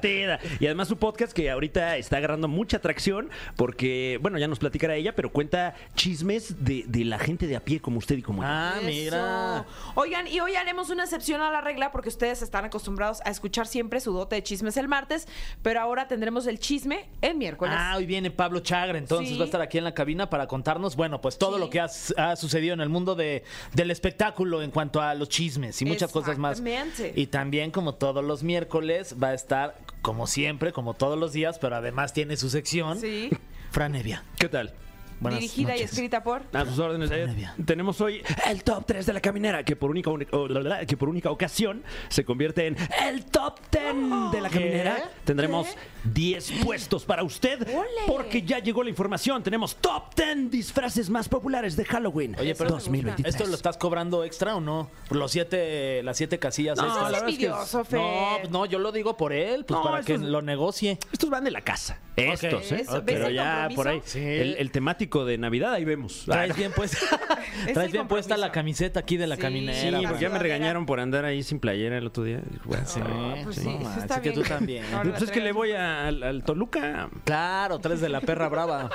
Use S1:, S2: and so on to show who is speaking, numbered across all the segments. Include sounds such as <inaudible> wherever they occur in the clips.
S1: Divertida. Y además su podcast que ahorita está agarrando mucha atracción porque, bueno, ya nos platicará ella, pero cuenta chismes de, de la gente de a pie como usted y como yo.
S2: Ah,
S3: Eso.
S2: mira.
S3: Oigan, y hoy haremos una excepción a la regla porque ustedes están acostumbrados a escuchar siempre su dote de chismes el martes, pero ahora tendremos el chisme el miércoles.
S2: Ah, hoy viene Pablo Chagra, entonces
S3: Sí.
S2: va a estar aquí en la cabina para contarnos, bueno, pues todo
S3: Sí.
S2: lo que ha, ha sucedido en el mundo de, del espectáculo en cuanto a los chismes y muchas cosas más.
S3: Exactamente.
S2: Y también, como todos los miércoles, va a estar, como siempre, como todos los días, pero además tiene su sección,
S3: sí.
S2: Fran Evia.
S1: ¿Qué tal?
S2: <laughs> Buenas
S3: Dirigida y
S2: noches.
S3: escrita por.
S1: A sus órdenes. Eh,
S2: Nevia.
S1: tenemos hoy el top 3 de la caminera, que por única, o- la- la- que por única ocasión se convierte en el top 10 de la
S2: ¿Qué?
S1: caminera. Tendremos 10 puestos para usted, porque ya llegó la información. Tenemos top 10 disfraces más populares de Halloween
S2: Oye, pero-
S1: 2023.
S2: ¿Esto lo estás cobrando extra o no? Por los siete, las siete casillas
S1: No,
S2: extra.
S1: la
S3: seas
S1: verdad es que es-
S3: envidioso, Fer.
S2: No, pues no, yo lo digo por él, pues
S1: No,
S2: para
S1: eso
S2: que
S1: es-
S2: lo negocie.
S1: Estos van de la casa. Estos, ¿eh?
S3: Eso, ¿ves
S1: Pero
S3: el
S1: ya
S3: compromiso?
S1: por ahí.
S2: Sí.
S1: El, el temático de Navidad, ahí vemos. Ah,
S2: Traes bien
S3: <laughs>
S2: puesta,
S3: el
S2: traes bien puesta
S3: compromiso.
S2: la camiseta aquí de la
S3: Sí,
S1: Sí,
S2: caminera.
S3: Era,
S1: porque
S2: pues.
S1: ya me
S3: Sudadera.
S1: regañaron por andar ahí sin playera el otro día. Bueno,
S2: Sí,
S3: Ah, pues
S2: sí,
S3: sí,
S2: no
S3: eso
S2: manches,
S3: está
S2: que
S3: bien.
S2: tú también.
S3: No,
S1: Pues es que
S3: traigas.
S1: le voy a- al, al Toluca.
S2: Claro, tres de la
S3: <laughs>
S2: perra brava.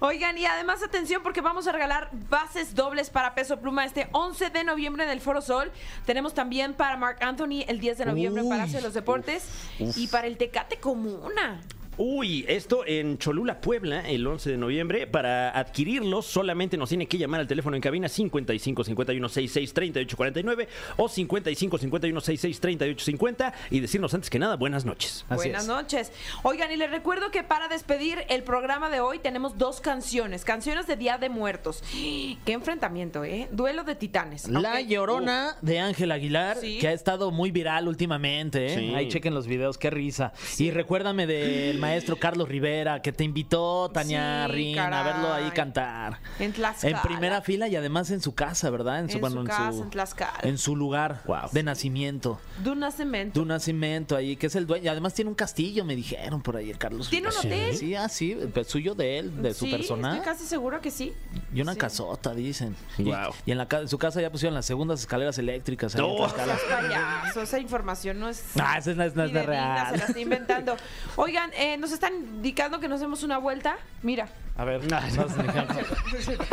S3: Oigan, y además atención porque vamos a regalar bases dobles para Peso Pluma este 11 de noviembre en el Foro Sol. Tenemos también para Mark Anthony el 10 de noviembre en
S2: Uy,
S3: Palacio de los Deportes y para el Tecate Comuna.
S1: Uy, esto en Cholula, Puebla, el 11 de noviembre. Para adquirirlo, solamente nos tiene que llamar al teléfono en cabina 55 51 66 38 49 o 55 51 66 38 50 y decirnos antes que nada buenas noches.
S2: Así
S3: Buenas
S2: es.
S3: noches. Oigan, y les recuerdo que para despedir el programa de hoy tenemos dos canciones, canciones de Día de Muertos. Qué enfrentamiento, ¿eh? Duelo de titanes.
S2: La
S3: Ok.
S2: Llorona de Ángel Aguilar,
S3: Sí.
S2: que ha estado muy viral últimamente. ¿eh?
S1: Sí.
S2: Ahí chequen los videos, qué risa. Y recuérdame del maestro Carlos Rivera, que te invitó, Tania
S3: Sí,
S2: Rin, a
S3: caray.
S2: verlo ahí cantar.
S3: En Tlaxcala.
S2: En primera fila y además en su casa, ¿verdad?
S3: En su casa, en Tlaxcala.
S2: en su lugar
S4: Guau.
S2: de nacimiento.
S3: De un nacimiento.
S2: De un nacimiento ahí, que es el dueño. Y además tiene un castillo, me dijeron por ahí el Carlos.
S3: ¿Tiene un
S2: Rivera.
S3: hotel?
S2: Sí, ah, sí, pues, suyo de él, de su
S3: Sí,
S2: personal.
S3: Estoy casi segura que sí.
S2: Y una
S3: Sí.
S2: casota, dicen. Y-
S4: Guau.
S2: Y, en, la, ca- en su casa ya pusieron las segundas escaleras eléctricas. ahí en
S4: No. <laughs>
S2: Tlaxcala.
S3: Seas payaso, esa información no es.
S2: Ah, esa no es- no es
S3: ni
S2: de
S3: digna,
S2: real.
S3: Se la está inventando. Oigan, eh, nos están indicando que nos demos una vuelta. Mira.
S2: A ver, nos
S3: <laughs>
S2: dijeron-
S3: No, no es cierto.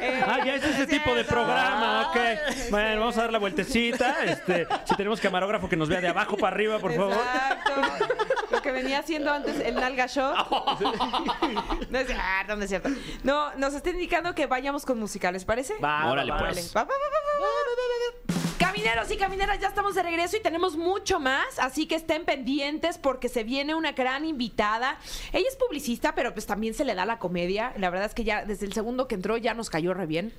S3: Eh,
S4: Ah, ya es
S3: no
S4: ese tipo de
S3: cierto.
S4: programa, ok.
S3: Ay,
S4: Bueno, vamos a dar la vueltecita. Este, si tenemos camarógrafo que nos vea de abajo para arriba, por favor.
S3: Exacto. Lo que venía haciendo antes el Nalga Show.
S4: <laughs> Oh.
S3: No es, ah, no, no es cierto. No, nos está indicando que vayamos con música, ¿les parece?
S2: Va,
S4: Órale,
S2: va, va.
S4: pues.
S3: Vale. Va, va, va, va, va, va, va, va, va. Camineros y camineras, ya estamos de regreso y tenemos mucho más, así que estén pendientes porque se viene una gran invitada. Ella es publicista, pero pues también se le da la comedia. La verdad es que ya desde el segundo que entró ya nos cayó re bien,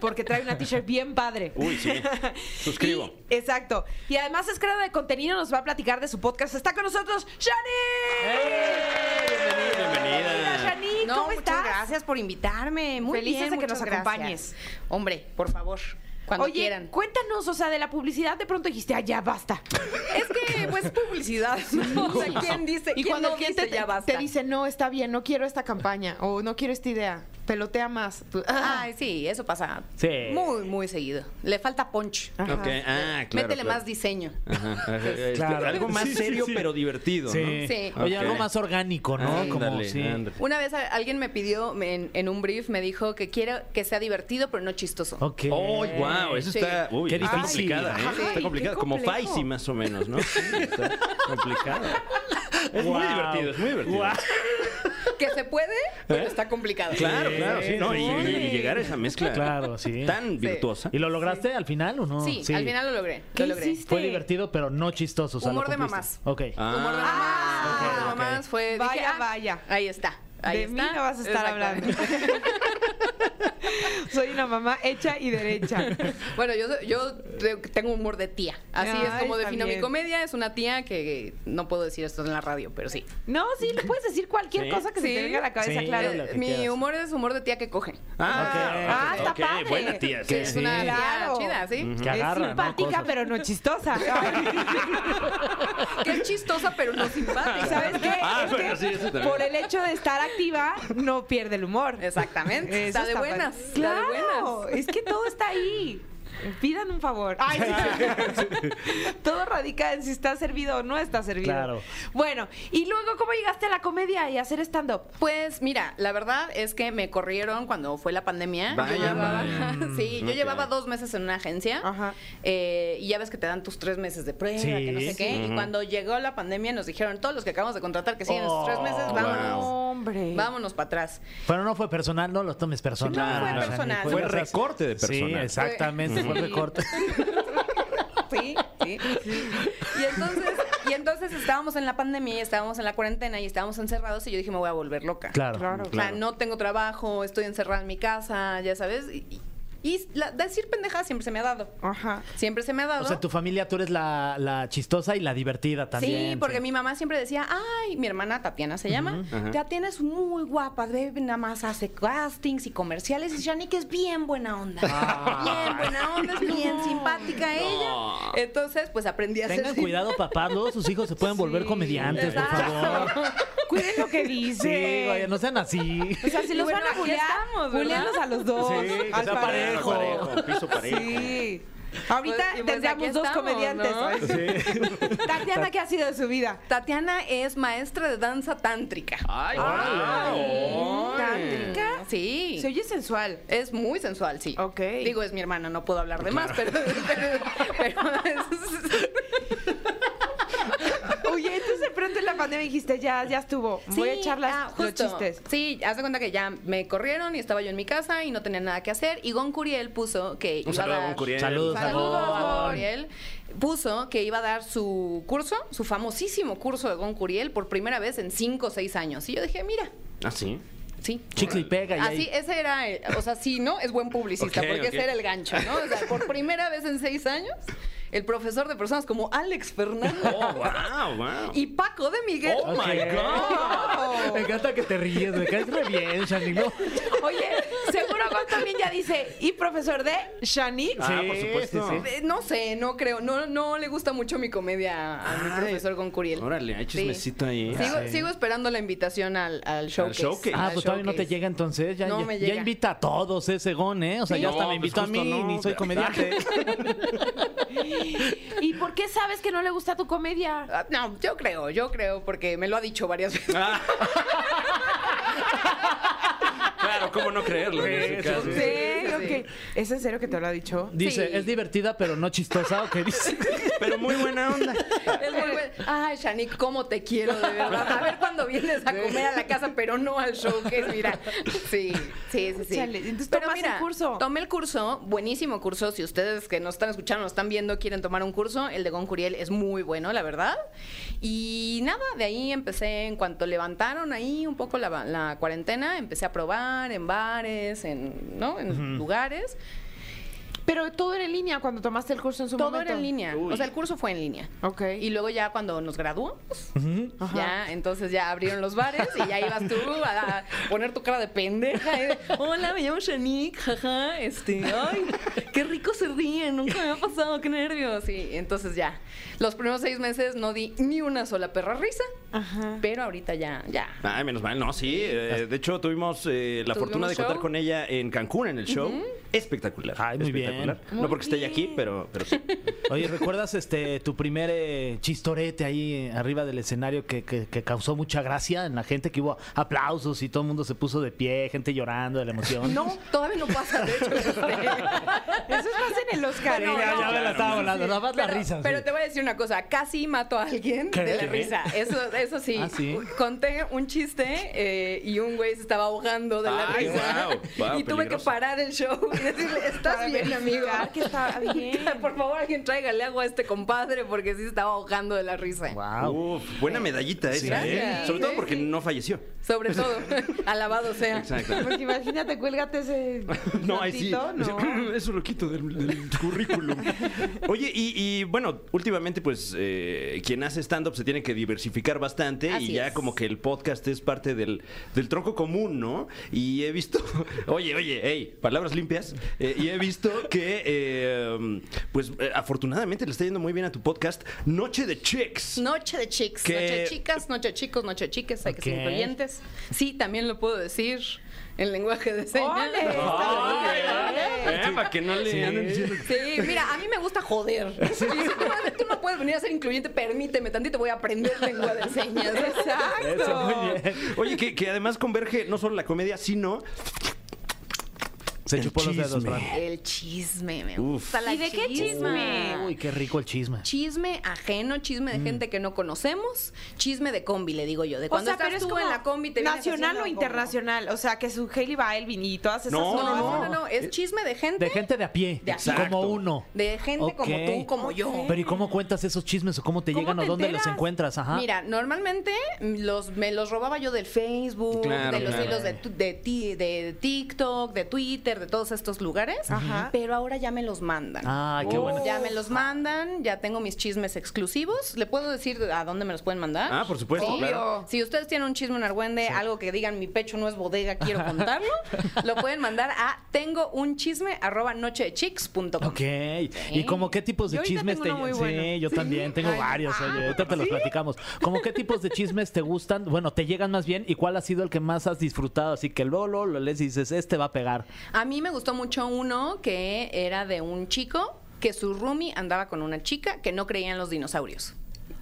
S3: porque trae una t-shirt bien padre.
S4: Uy,
S3: <laughs>
S4: sí. Suscribo.
S3: Y- exacto. Y además es creadora de contenido, nos va a platicar de su podcast. Está con nosotros Shani.
S4: Bienvenida,
S3: Bienvenida,
S4: bienvenida.
S3: Shani.
S5: No,
S3: ¿Cómo
S5: muchas
S3: estás?
S5: gracias por invitarme. Muy
S3: Felices
S5: bien,
S3: de que
S5: muchas
S3: nos
S5: gracias.
S3: acompañes.
S5: Hombre, por favor, cuando
S3: Oye,
S5: quieran.
S3: cuéntanos, o sea, de la publicidad de pronto dijiste, ah, ya basta.
S5: <laughs> Es
S3: <laughs>
S5: que, <laughs> pues, publicidad. ¿no? O sea, ¿quién dice?
S3: Y
S5: quién
S3: cuando
S5: no
S3: el cliente
S5: dice,
S3: te,
S5: ya basta?
S3: te dice, no, está bien, no quiero esta campaña o no quiero esta idea, pelotea más. tú, ah.
S5: Ay, sí, eso pasa
S2: Sí.
S5: muy, muy seguido. Le falta punch.
S3: Ajá.
S4: Ok,
S3: eh,
S4: ah, claro.
S5: Métele
S4: claro.
S5: más diseño.
S4: Ajá, ajá, es
S2: Claro.
S4: Algo más
S2: Sí, sí,
S4: serio,
S2: sí.
S4: pero divertido.
S2: Sí.
S5: Sí.
S2: Oye,
S4: Ok.
S2: algo más orgánico,
S4: ¿no?
S2: ¿no?
S4: Ándale,
S2: Como sí.
S4: ándale.
S5: Una vez a- alguien me pidió, me- en, en un brief, me dijo que quiero que sea divertido, pero no chistoso.
S2: Ok.
S4: ¡Ay, wow! Eso
S5: Sí.
S4: está, uy,
S2: Qué
S4: está
S2: difícil.
S4: complicada, ¿eh?
S3: Ay,
S4: está
S3: qué
S4: complicada. Como
S3: complejo.
S4: Faisy, más o menos, ¿no? Sí,
S2: <laughs>
S4: está complicada. Es muy
S2: Guau.
S4: divertido, es muy divertido.
S2: Guau.
S5: Que se puede, pero está complicado.
S4: ¿Eh? Claro, claro, sí. No, y, y llegar a esa mezcla
S2: Claro, sí.
S4: <laughs> tan virtuosa.
S2: ¿Y lo lograste al final o no?
S5: Sí, al final lo logré.
S3: ¿Qué
S5: lo logré.
S3: hiciste?
S2: Fue divertido, pero no chistoso. o sea, lo
S5: Humor de
S2: cumpliste.
S5: mamás.
S2: Ok.
S4: Ah.
S5: Humor de mamás.
S3: Ah,
S5: humor de
S2: ok, ok.
S5: mamás fue. dije,
S3: Vaya,
S5: ah,
S3: vaya.
S5: Ahí está. Ahí
S3: De mí
S5: está.
S3: no vas a estar hablando.
S5: Exactamente.
S3: <laughs> Soy una mamá hecha y derecha.
S5: <laughs> Bueno, yo, so- yo te- tengo humor de tía. Así
S3: Ay,
S5: es como
S3: está
S5: defino
S3: bien.
S5: mi comedia. Es una tía que no puedo decir esto en la radio, pero sí.
S3: No, sí, le puedes decir cualquier
S4: Sí.
S3: cosa que se te
S5: Sí.
S3: venga a la cabeza,
S2: Sí.
S3: claro.
S2: lo
S5: Eh,
S2: que
S5: mi
S2: quieras.
S5: humor es humor de tía que coge.
S4: Ah,
S3: Ah, está
S4: ok,
S3: padre.
S4: buena tía.
S5: Que es
S2: sí.
S5: una tía
S3: Claro.
S5: chida, ¿sí?
S2: Que agarra,
S3: es
S2: ¿no?
S3: simpática,
S2: Cosas.
S3: pero no <laughs> chistosa.
S5: Que es chistosa, pero
S3: <laughs>
S5: no simpática.
S3: ¿Sabes qué?
S4: Ah,
S3: Es
S4: bueno,
S3: que
S4: sí, eso también.
S3: por el hecho de estar activa, no pierde el humor. Eso
S5: Exactamente. está de
S3: padre.
S5: buenas. está de
S3: Claro,
S5: buenas.
S3: es que todo está ahí. Pidan un favor. Ay,
S4: <laughs>
S3: sí. todo radica en si está servido o no está servido.
S2: Claro.
S3: Bueno, y luego, ¿cómo llegaste a la comedia y a hacer stand-up?
S5: Pues mira, la verdad es que me corrieron cuando fue la pandemia.
S4: Vaya,
S5: yo llevaba,
S4: vaya.
S5: <laughs> sí, yo
S4: Ok.
S5: llevaba dos meses en una agencia
S3: Ajá.
S5: eh, y ya ves que te dan tus tres meses de prueba,
S2: Sí,
S5: que no sé qué.
S4: sí.
S5: Y
S4: Ujú.
S5: cuando llegó la pandemia nos dijeron todos los que acabamos de contratar que siguen
S2: Oh,
S5: esos tres meses,
S4: wow.
S5: vámonos,
S3: Hombre.
S5: vámonos para atrás.
S2: Pero no fue personal, no lo tomes personal.
S5: No fue
S2: o sea, ni
S5: personal.
S4: Fue
S2: cosas-
S4: recorte de
S2: Sí,
S4: personal.
S2: exactamente, fue
S5: Sí.
S2: recorte.
S5: Sí, sí. Y entonces, y entonces estábamos en la pandemia y estábamos en la cuarentena y estábamos encerrados y yo dije me voy a volver loca.
S2: Claro.
S3: Claro.
S5: O sea, no tengo trabajo, estoy encerrada en mi casa, ya sabes. Y, y- y la- decir pendejadas siempre se me ha dado.
S3: Ajá.
S5: Siempre se me ha dado.
S2: O sea, tu familia, tú eres la, la chistosa y la divertida también.
S5: sí, porque mi mamá siempre decía, ay, mi hermana Tatiana se llama, Tatiana es muy guapa, ve, nada más hace castings y comerciales y Shani que es bien buena
S2: <laughs>
S5: onda. Bien buena onda, es bien simpática ella. Entonces, pues aprendí a
S2: Tengan
S5: ser
S2: cuidado, papá. Luego sus hijos se pueden volver
S3: Sí,
S2: comediantes, por
S5: exacto.
S2: favor.
S3: Cuiden lo que
S2: Sí,
S3: dice.
S2: vaya, no sean así.
S3: O sea, si los
S5: Bueno,
S3: van a
S5: aquí
S3: bulear,
S5: estamos, ¿verdad?
S3: buleenlos a los dos.
S2: Sí, que
S3: al
S2: sea parejo.
S4: piso parejo.
S3: Sí. Ahorita
S5: Pues, y pues
S3: tendríamos
S5: aquí
S3: dos
S5: estamos,
S3: comediantes.
S5: ¿no?
S3: <laughs> Tatiana, ¿qué ha sido de su vida?
S5: Tatiana es maestra de danza tántrica.
S4: Ay, wow.
S3: ¿Tántrica?
S5: Sí.
S3: Se oye sensual.
S5: Es muy sensual, sí.
S3: Ok.
S5: Digo, es mi hermana, no puedo hablar de más, pero, <laughs> pero, pero es-
S3: Oye, entonces de pronto en la pandemia dijiste, ya, ya estuvo. Voy a
S5: Sí,
S3: echar las,
S5: ah,
S3: los
S5: justo.
S3: chistes.
S5: Sí, haz de cuenta que ya me corrieron y estaba yo en mi casa y no tenía nada que hacer. Y Gon Curiel puso que
S4: Un
S5: iba
S4: saludo
S5: a
S4: a
S5: dar...
S4: Gon Curiel.
S2: Saludos,
S5: Saludos
S2: a
S5: a Gon
S2: Gon.
S5: Curiel. Puso que iba a dar su curso, su famosísimo curso de Gon Curiel por primera vez en 5 o 6 años. Y yo dije, mira,
S4: Ah, sí.
S5: sí.
S2: Chicle y pega. Y
S5: Así,
S2: ahí.
S5: ese era, eh, el- o sea, sí, ¿no? Es buen publicista,
S4: Ok,
S5: porque
S4: ok.
S5: ese era el gancho, ¿no? O sea, por primera vez en seis años el profesor de personas como Alex Fernández
S4: Oh, wow, wow.
S5: y Paco de Miguel.
S4: Oh, my
S2: God. Me encanta que te ríes, me caes re bien, Shani. ¿no?
S3: Oye, seguro Gon también ya dice, y profesor de Shani.
S4: Ah, por supuesto.
S2: sí, sí.
S5: Eh, No sé, no creo, no, no le gusta mucho mi comedia a a mi
S4: Ay,
S5: profesor Goncuriel.
S4: órale, hay
S5: Sí.
S4: chismecito ahí.
S5: Sigo,
S4: Ay.
S5: sigo esperando la invitación al, al showcase.
S4: showcase.
S2: Ah,
S5: Al
S2: pues todavía no te
S5: showcase.
S2: llega entonces. Ya,
S5: No
S2: ya-
S5: me
S2: ya
S5: llega.
S2: invita a todos ese Gon, ¿eh? O sea,
S5: Sí.
S2: ya
S5: No,
S2: hasta me invitó
S4: pues
S2: a mí,
S4: justo no.
S2: ni
S4: <laughs>
S2: soy comediante.
S3: ¿Y por qué sabes que no le gusta tu comedia?
S5: Ah, No, yo creo, yo creo, porque me lo ha dicho varias veces.
S4: Ah. claro, ¿cómo no creerlo? en ese
S2: Sí,
S4: caso?
S5: sí, sí.
S3: creo que- ¿Es en serio que te lo ha dicho?
S2: Dice,
S5: Sí.
S2: es divertida, pero no chistosa, ¿o qué
S5: <laughs>
S2: dice?
S4: Pero muy buena onda.
S5: Es muy bueno. Ay, Shani, cómo te quiero, de verdad. A ver cuándo vienes a comer a la casa, pero no al showcase, mira. Sí, sí, sí, sí.
S3: Chale, entonces
S5: Pero
S3: tomaste el curso.
S5: Tomé el curso, buenísimo curso. Si ustedes que nos están escuchando, nos están viendo, quieren tomar un curso, el de Goncuriel es muy bueno, la verdad. Y nada, de ahí empecé, en cuanto levantaron ahí un poco la, la cuarentena, empecé a probar en bares, en, ¿no? en lugares.
S3: Pero todo era en línea cuando tomaste el curso en su
S5: Todo
S3: momento.
S5: era en línea.
S4: Uy.
S5: O sea, el curso fue en línea.
S3: Ok.
S5: Y luego ya cuando nos graduamos, ya, entonces ya abrieron los bares y ya ibas tú a, a poner tu cara de pendeja. y de, Hola, me llamo Shanique, jaja, este, ay, qué rico se ríen, nunca me ha pasado, qué nervios. Y entonces ya, los primeros seis meses no di ni una sola perra risa,
S3: Ajá.
S5: pero ahorita ya, ya.
S4: Ay, menos mal, no, sí. eh, de hecho, tuvimos eh, la
S5: Tuvimos
S4: fortuna de
S5: show.
S4: contar con ella en Cancún en el show. Espectacular.
S2: Ay, muy bien.
S4: espectacular.
S3: Muy
S4: No porque esté ella aquí,
S3: bien.
S4: pero, pero sí.
S2: Oye, ¿recuerdas este tu primer eh, chistorete ahí eh, arriba del escenario que, que- que causó mucha gracia en la gente? Que hubo aplausos y todo el mundo se puso de pie, gente llorando de la emoción.
S5: No, todavía no pasa, de hecho. este, <laughs>
S3: Eso es más en el Oscar.
S5: Bueno,
S2: ya, ya me la estaba volando, nada más la
S5: pero,
S2: risa,
S5: pero
S2: sí.
S5: te voy a decir una cosa, casi mato a alguien
S2: ¿Qué?
S5: de la
S2: ¿Qué?
S5: risa. Eso, eso sí.
S2: Ah, ¿sí?
S5: Conté un chiste eh, y un güey se estaba ahogando de la
S4: Ay,
S5: risa.
S4: guau, guau,
S5: y tuve
S4: peligroso.
S5: que parar el show y
S3: <laughs>
S5: decirle, ¿estás
S3: Para
S5: bien, amigo?
S3: verificar que
S5: <laughs>
S3: estaba bien.
S5: Por favor, alguien tráigale agua a este compadre porque sí se estaba ahogando de la risa.
S2: Wow.
S4: Uf, buena medallita esa,
S5: Sí.
S4: ¿eh?
S5: Gracias.
S4: Sobre todo
S5: Sí,
S4: porque
S5: sí.
S4: no falleció.
S5: Sobre todo, <laughs> alabado sea.
S4: Exacto.
S3: Porque pues, imagínate, cuélgate ese.
S4: <laughs> No, ahí sí.
S3: tantito,
S4: <clears throat>
S3: No.
S4: Eso lo quito del, <laughs> del currículum. Oye, y, y, bueno, últimamente, pues, eh, quien hace stand-up se tiene que diversificar bastante y
S5: Así
S4: ya
S5: es.
S4: como que el podcast es parte del, del tronco común, ¿no? Y he visto, <laughs> oye, oye, hey, palabras limpias. Eh, y he visto que, eh, pues, eh, afortunadamente le está yendo muy bien a tu podcast Noche de Chicks.
S5: Noche de chicks,
S4: Que-
S5: noche de chicas, noche de chicos, noche de chiques, hay que ser
S2: Ok.
S5: incluyentes. Sí, también lo puedo decir en lenguaje de señas.
S3: ¡Ole! Está bien.
S4: Eh, para que no le anden diciendo-
S5: Sí, mira, a mí me gusta joder. <laughs> Si tú, tú no puedes venir a ser incluyente, permíteme tantito, voy a aprender lengua de
S3: <laughs>
S5: señas.
S2: Eso,
S5: Exacto.
S2: muy bien.
S4: Oye, que, que además converge no solo la comedia, sino
S2: Se
S4: El
S2: chupó los dedos,
S4: chisme.
S2: Fran.
S5: El chisme, me
S4: Uf.
S5: gusta la
S3: ¿Y de qué chisme?
S5: Ah.
S2: Uy, qué rico el chisme.
S5: Chisme ajeno, chisme de gente que no conocemos, chisme de combi, le digo yo. De cuando estás tú en la combi te vienes
S3: nacional
S5: haciendo
S3: o
S5: algo.
S3: internacional. O sea, que su Haley va Elvin y todas esas.
S4: No,
S5: No,
S3: cosas.
S5: no, no, no, eh, es chisme de gente.
S2: De gente de a pie,
S5: De a pie.
S2: como
S4: Exacto.
S2: uno.
S5: De gente como
S2: Ok.
S5: tú, como yo.
S2: Pero ¿y cómo cuentas esos chismes o cómo te
S3: ¿Cómo
S2: llegan
S3: te
S2: o dónde los
S3: enteras?
S2: encuentras? Ajá.
S5: Mira, normalmente mm, los, me los robaba yo del Facebook,
S4: Claro,
S5: de los
S4: claro.
S5: hilos de, tu- de, ti- de TikTok, de Twitter, de todos estos lugares.
S3: Ajá.
S5: Pero ahora ya me los mandan. Oh.
S2: Ay, Ah, qué bueno.
S5: Ya me los mandan, ya tengo mis chismes exclusivos. ¿Le puedo decir a dónde me los pueden mandar?
S4: Ah, por supuesto,
S5: Obvio.
S4: claro.
S5: Si ustedes tienen un chisme en Argüende, algo que digan mi pecho no es bodega, quiero contarlo, lo pueden mandar a tengo un chisme arroba nochedechics.com.
S2: Ok, ¿y como qué tipos de
S3: Yo ahorita
S2: chismes
S3: tengo
S2: te
S3: uno muy
S2: Sí,
S3: bueno.
S2: yo también tengo
S3: Ay,
S2: varios,
S3: ah,
S2: oye, ahorita te los platicamos. ¿Como qué tipos de chismes te gustan? Bueno, te llegan más bien y cuál ha sido el que más has disfrutado, así que luego luego lo lees y dices, este va a pegar.
S5: A mí me gustó mucho uno que era de un chico que su roomie andaba con una chica que no creía en los dinosaurios.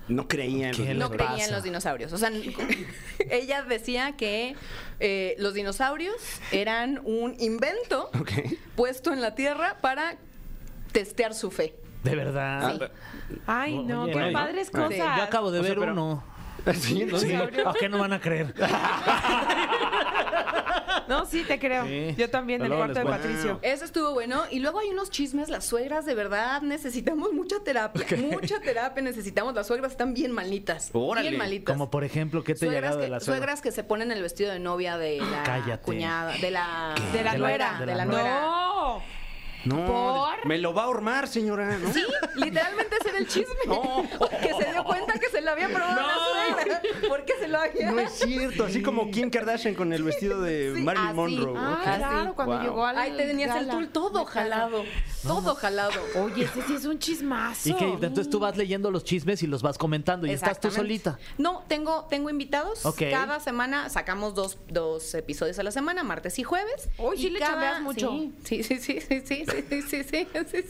S4: no creía en los
S2: ¿Qué le
S5: No
S4: dinosaurios.
S5: creía
S2: pasa?
S5: en los dinosaurios. O sea, <laughs> ella decía que eh, los dinosaurios eran un invento
S4: Ok.
S5: puesto en la Tierra para testear su fe.
S2: De verdad.
S5: Sí.
S3: Ay, no,
S2: Oye,
S3: qué
S2: no,
S3: padres
S4: no.
S3: cosas.
S4: Sí,
S2: Yo acabo de
S4: O sea,
S2: ver
S4: pero-
S2: uno.
S4: Sí, no sé.
S2: ¿A qué no van a creer?
S3: No, sí, te creo.
S2: Sí.
S3: Yo también, del
S2: Luego
S3: cuarto de
S2: les cuento.
S3: Patricio.
S5: Eso estuvo bueno. Y luego hay unos chismes, las suegras, de verdad, necesitamos mucha terapia. Mucha terapia necesitamos. Las suegras están bien malitas.
S4: Órale.
S5: Bien malitas.
S2: Como por ejemplo, ¿qué te ha
S5: Suegras
S2: llegado
S5: que,
S2: de la suegra?
S5: suegras que se ponen el vestido de novia de la
S2: Cállate.
S5: cuñada, de la,
S3: De la
S2: De la-
S3: nuera.
S5: de la
S2: nuera.
S5: nuera.
S3: No.
S1: No,
S5: ¿Por?
S1: me lo va a hormar, señora. ¿no?
S5: Sí, literalmente ese era el chisme.
S1: No.
S5: Que se dio cuenta que se lo había probado la suegra. Porque se lo había.
S1: No es cierto, así como Kim Kardashian con el vestido de
S5: Sí,
S1: Marilyn
S5: así.
S1: Monroe.
S6: Ah,
S1: Ok.
S6: claro, cuando
S1: Wow.
S6: llegó al
S5: Ahí tenías el
S6: gala.
S5: tul todo jalado. Todo jalado.
S6: Oye, ese sí es un chismazo.
S2: Y que entonces tú vas leyendo los chismes y los vas comentando y estás tú
S5: Exactamente.
S2: solita.
S5: No, tengo, tengo invitados.
S2: Ok.
S5: Cada semana sacamos dos, dos episodios a la semana, martes y jueves.
S3: Uy, sí
S5: Y
S3: le
S5: cada-
S3: chambeas mucho.
S5: Sí, sí, sí, sí, sí, sí, sí, sí, sí, sí, sí.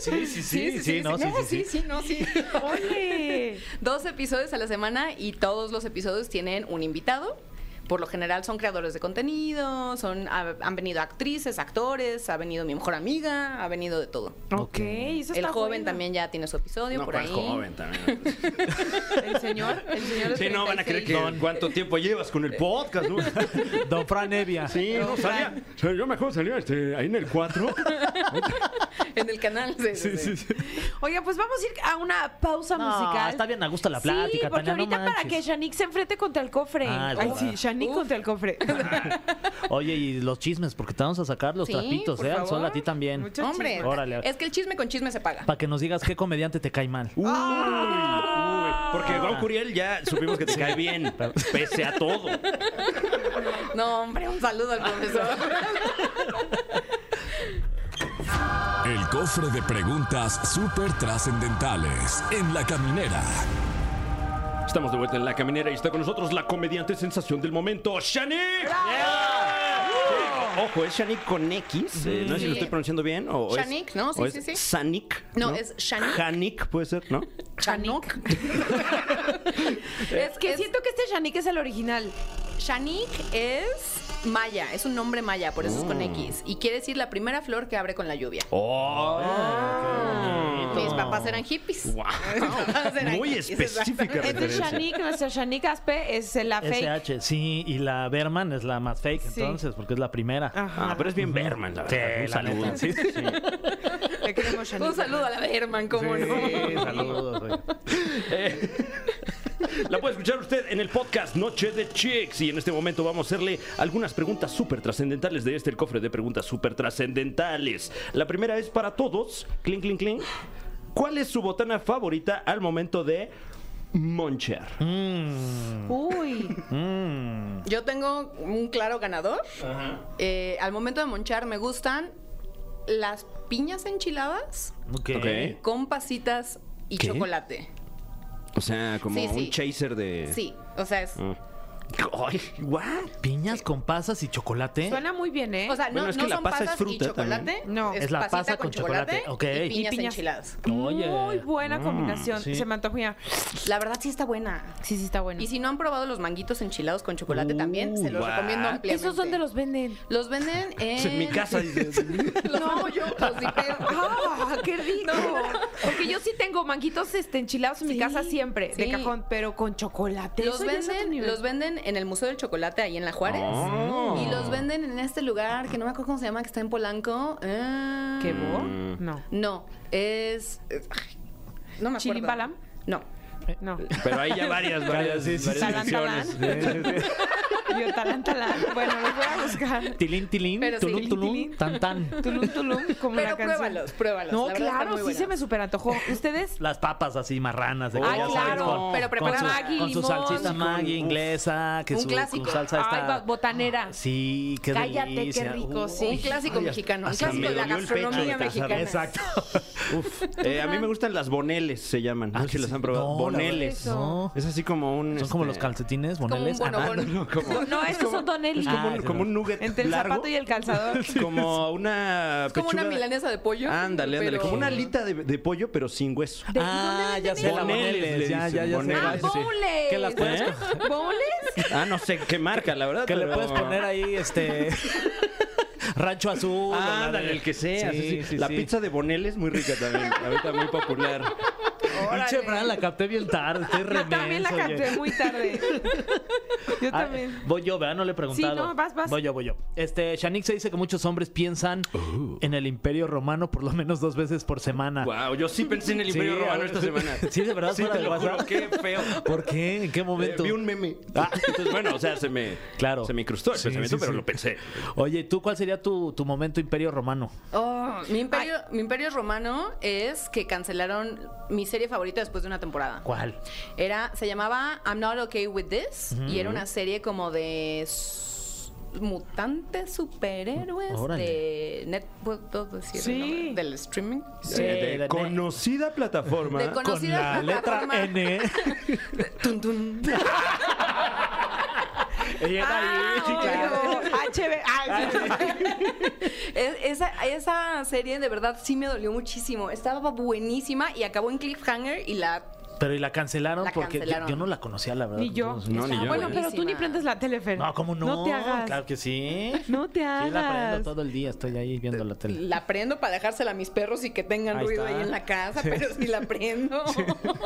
S2: Sí, sí, no, sí, sí, sí.
S5: sí, no, sí.
S3: Oye.
S5: Dos episodios a la semana y todos los episodios tienen un invitado. Por lo general son creadores de contenido, son ha- han venido actrices, actores, ha venido mi mejor amiga, ha venido de todo.
S3: Ok, eso
S5: El
S3: está
S5: joven
S3: bueno.
S5: también ya tiene su episodio
S1: No,
S5: por
S1: ¿cuál
S5: ahí.
S1: joven
S5: <laughs>
S1: también.
S5: El señor, el señor de
S1: Sí, no van a creer que
S5: 36.
S1: cuánto tiempo llevas con el podcast, ¿no?
S2: Don Fran Evia.
S1: Sí,
S5: <laughs>
S1: no, salía. Yo me acuerdo salía este, ahí en el 4.
S5: En el canal. sí, sí, sí.
S3: Oiga, pues vamos a ir a una pausa
S2: No,
S3: musical.
S2: está bien a gusto la plática,
S3: Sí, porque
S2: Tania, no
S3: ahorita para
S2: manches.
S3: que Shanique se enfrente contra el cofre.
S2: Ah, es
S3: Ay,
S2: verdad.
S3: sí, Shanique contra el
S5: <laughs>
S3: cofre.
S2: Oye, y los chismes, porque te vamos a sacar los
S5: Sí,
S2: trapitos,
S5: por
S2: ¿eh? Al sol
S5: favor.
S2: a ti también.
S3: Mucho
S5: Hombre,
S2: Órale.
S5: es que el chisme con chisme se paga.
S2: Para que nos digas qué comediante te cae mal.
S1: Uy, uy, porque Juan Curiel ya supimos que te cae bien, pese a todo.
S5: No, hombre, un saludo al profesor.
S7: El cofre de preguntas súper trascendentales en la caminera.
S1: Estamos de vuelta en la caminera y está con nosotros la comediante sensación del momento, Shanique. Ojo, es Shanique con X. eh, no sé si
S5: Sí.
S1: lo estoy pronunciando bien. O o es-
S5: Shanique, ¿no? Sí,
S1: o es
S5: sí, sí.
S1: Sanik,
S5: No, es Shanique.
S1: Janik puede ser, ¿no?
S5: Chanok. <laughs> es que
S3: Que
S5: es,
S3: siento que este Shanique es el original.
S5: Shanik es maya, es un nombre maya, por eso es
S1: Mm.
S5: con X. Y quiere decir la primera flor que abre con la lluvia.
S1: <laughs> Oh,
S5: Ah, Mis papás eran hippies.
S1: Mm.
S5: <laughs>
S1: Wow.
S5: Mis papás eran
S1: Muy
S5: hippies,
S1: específica
S5: exactamente.
S3: Este
S1: referencia.
S3: Shanique, nuestra Shanique Aspe, es la fake.
S2: SH, sí, y la Berman es la más fake,
S3: Sí.
S2: entonces, porque es la primera.
S1: Ah, pero es bien Berman, la
S2: Sí,
S1: verdad. Un
S2: la
S1: saludo.
S2: neta.
S1: Sí, <laughs> sí, sí.
S3: Te queremos, Shanique.
S5: Un saludo a la Berman, cómo no.
S2: saludos. güey.
S1: Eh, <laughs> La puede escuchar usted en el podcast Noche de Chicks. Y en este momento vamos a hacerle algunas preguntas súper trascendentales de este el cofre de preguntas súper trascendentales. La primera es para todos. Clink, clink, clink. ¿Cuál es su botana favorita al momento de monchear?
S2: Mm.
S3: Uy.
S5: Yo tengo un claro ganador. Eh, al momento de monchar me gustan las piñas enchiladas
S2: Ok.
S1: Ok.
S5: con pasitas y
S2: ¿Qué?
S5: chocolate.
S1: O sea, como
S5: Sí, sí.
S1: un chaser de...
S5: Sí, o sea, es...
S1: Ah. Ay, what?
S2: Piñas con pasas y chocolate.
S3: Suena muy bien, ¿eh?
S5: O sea,
S1: Bueno,
S5: no,
S1: es que
S5: no
S1: la
S5: son
S1: pasa es
S5: pasas y
S1: fruta
S5: chocolate.
S1: también.
S3: No.
S2: Es la
S5: pasita
S2: pasa con chocolate, ok.
S5: Y piñas,
S3: Y piñas.
S5: enchiladas.
S2: Oye. Mm,
S3: Muy buena combinación.
S2: sí.
S3: Se me antoja.
S5: La verdad sí está buena.
S3: Sí, sí, está bueno.
S5: Y si no han probado los manguitos enchilados con chocolate
S1: Uh,
S5: también, se los
S1: what?
S5: recomiendo ampliamente.
S3: ¿Esos dónde los venden?
S5: Los venden en...
S1: Pues En mi casa. dices.
S5: <laughs> no, yo los dipeo.
S3: ¡Ah, qué rico! Porque yo sí tengo manguitos este, enchilados en mi
S5: Sí,
S3: casa siempre, de
S5: sí.
S3: cajón, pero con chocolate.
S5: Los
S3: Eso ya es otro
S5: venden,
S3: nivel.
S5: los venden en el Museo del Chocolate ahí en La Juárez.
S1: Oh.
S5: Y los venden en este lugar que no me acuerdo cómo se llama, que está en Polanco. Ah,
S3: ¿Qué bo?
S2: Mm.
S3: No.
S5: No, es. es- ay, no me acuerdo.
S3: ¿Chilimbalam?
S5: No.
S3: No.
S1: Pero hay ya varias, varias,
S2: Sí, sí, sí.
S1: varias
S3: Talán, talán.
S1: opciones.
S3: <laughs> Yo talán, talán. Bueno, los voy a
S2: <laughs>
S3: buscar.
S2: Tilín, tilín,
S5: Pero sí.
S2: tulum,
S5: Tilín,
S2: tulum,
S3: tilín.
S2: tan, tan.
S3: <laughs> Tulum, tulum, como
S5: Pero
S3: la canción.
S5: pruébalos, pruébalos.
S3: No,
S5: La verdad están
S3: claro,
S5: muy
S3: sí
S5: buenos.
S3: se me super antojó. ¿Ustedes?
S2: Las papas así marranas. De que
S3: Ah,
S2: ya sabes,
S3: claro,
S2: con-
S5: pero
S2: con
S5: prepara
S2: su-
S3: Maggi,
S2: Con su
S3: limón.
S2: salsita
S3: Sí,
S2: Maggi
S1: con-
S2: inglesa. Que
S5: Un
S2: su,
S5: clásico.
S2: su salsa está...
S3: Ay, botanera.
S2: Ah, Sí, qué
S3: Cállate, qué
S2: delicia.
S3: rico,
S2: Uy,
S3: sí.
S5: Un clásico mexicano, un
S1: hasta
S5: clásico
S1: me
S5: de la
S1: dolió el pecho
S5: gastronomía
S1: de pensar.
S5: mexicana.
S2: Exacto. <laughs>
S1: Uf. Eh, a mí me gustan las boneles, se llaman. No
S2: Ah,
S1: sé si
S2: sí,
S1: las han
S2: sí.
S1: probado.
S2: No, la
S1: boneles.
S2: verdad. No.
S1: Es así como un.
S2: Son como
S1: este,
S2: los calcetines,
S5: Como un
S2: boneles. ah, no,
S5: bonobón.
S1: No, <laughs> como,
S3: No, estos son donelis.
S1: es como, un,
S2: Ah,
S1: como un nugget
S3: Entre el
S1: largo,
S3: zapato y el
S2: <laughs>
S3: calzador.
S1: Como una.
S5: Es como una
S1: pechuga de-
S5: milanesa de pollo.
S1: Ándale, ándale.
S5: pero-
S1: Como una alita de, de pollo, pero sin hueso.
S3: ¿De
S2: Ah, ya sé, la
S1: Boneles,
S2: boneles.
S1: le
S2: Ya, ya,
S1: dicen,
S2: ya sé.
S1: boneles.
S2: Ah,
S3: Ah,
S1: sí.
S3: bowls.
S2: Que las puedes
S3: ¿Eh? ¿Bowls?
S1: Ah, no sé qué marca, la verdad.
S2: Que le
S1: pero-
S2: puedes poner ahí este <laughs> rancho azul. o la
S1: Ándale,
S2: de-
S1: el que sea.
S2: Sí,
S1: sí, sí.
S2: sí,
S1: la
S2: sí. <laughs>
S1: pizza de boneles muy rica también. Ahorita muy popular.
S2: Pinche
S3: Órale.
S2: Fran, la capté bien tarde. Estoy
S3: <laughs> Yo también la
S2: remenso, oye.
S3: canté muy
S2: <laughs>
S3: tarde. Yo
S2: Ah,
S3: también.
S2: voy yo, ¿verdad? No le he preguntado.
S3: Sí, no, vas, vas.
S2: Voy yo, voy yo. Este, Shanik se dice que muchos hombres piensan
S1: Uh.
S2: en el Imperio Romano por lo menos dos veces por semana.
S1: Wow, yo sí pensé en el Imperio
S2: Sí,
S1: Romano
S2: a-
S1: esta semana.
S2: Sí, de verdad,
S1: Sí,
S2: fuera
S1: te
S2: de
S1: lo
S2: WhatsApp.
S1: juro, qué feo.
S2: ¿Por qué? ¿En qué
S1: Eh,
S2: momento?
S1: vi un meme. Ah, Entonces, bueno, o sea, se me,
S2: Claro.
S1: se me incrustó el
S2: Sí,
S1: pensamiento,
S2: sí,
S1: pero
S2: sí.
S1: lo pensé.
S2: Oye, ¿tú cuál sería tu, tu momento Imperio Romano?
S5: Oh, mi imperio, mi imperio romano es que cancelaron mi serie favorita después de una temporada.
S2: ¿Cuál?
S5: Era, se llamaba I'm Not Okay With This y era una serie como de s- mutantes superhéroes
S2: Órale.
S5: de net, ¿puedo- puedo decir el
S3: Sí.
S5: nombre? del streaming.
S2: Sí,
S1: Eh,
S2: de-
S1: de conocida plataforma.
S5: De cono-
S2: Con
S5: Conocida
S2: la letra
S3: <laughs>
S5: plataforma.
S2: N.
S5: Tun, tun.
S2: Ella está ahí,
S3: Ah,
S2: claro.
S3: obvio. HB. Ah, sí, sí.
S5: Es- esa, esa serie de verdad sí me dolió muchísimo. Estaba buenísima y acabó en cliffhanger y la
S2: Pero y la cancelaron
S5: La
S2: porque yo-
S5: cancelaron.
S2: Yo, no la conocía, la verdad.
S3: Ni yo.
S2: Entonces,
S1: No, ni yo.
S3: Bueno, pero tú ni
S5: Buenísima.
S3: prendes la tele, Fer.
S2: No, ¿cómo no?
S3: No te hagas.
S2: Claro que sí.
S3: No te
S2: Sí, la prendo
S3: hagas.
S2: todo el día, estoy ahí viendo la tele.
S5: la prendo para dejársela a mis perros y que tengan
S2: Ahí
S5: ruido
S2: está.
S5: ahí en la casa, pero sí la prendo.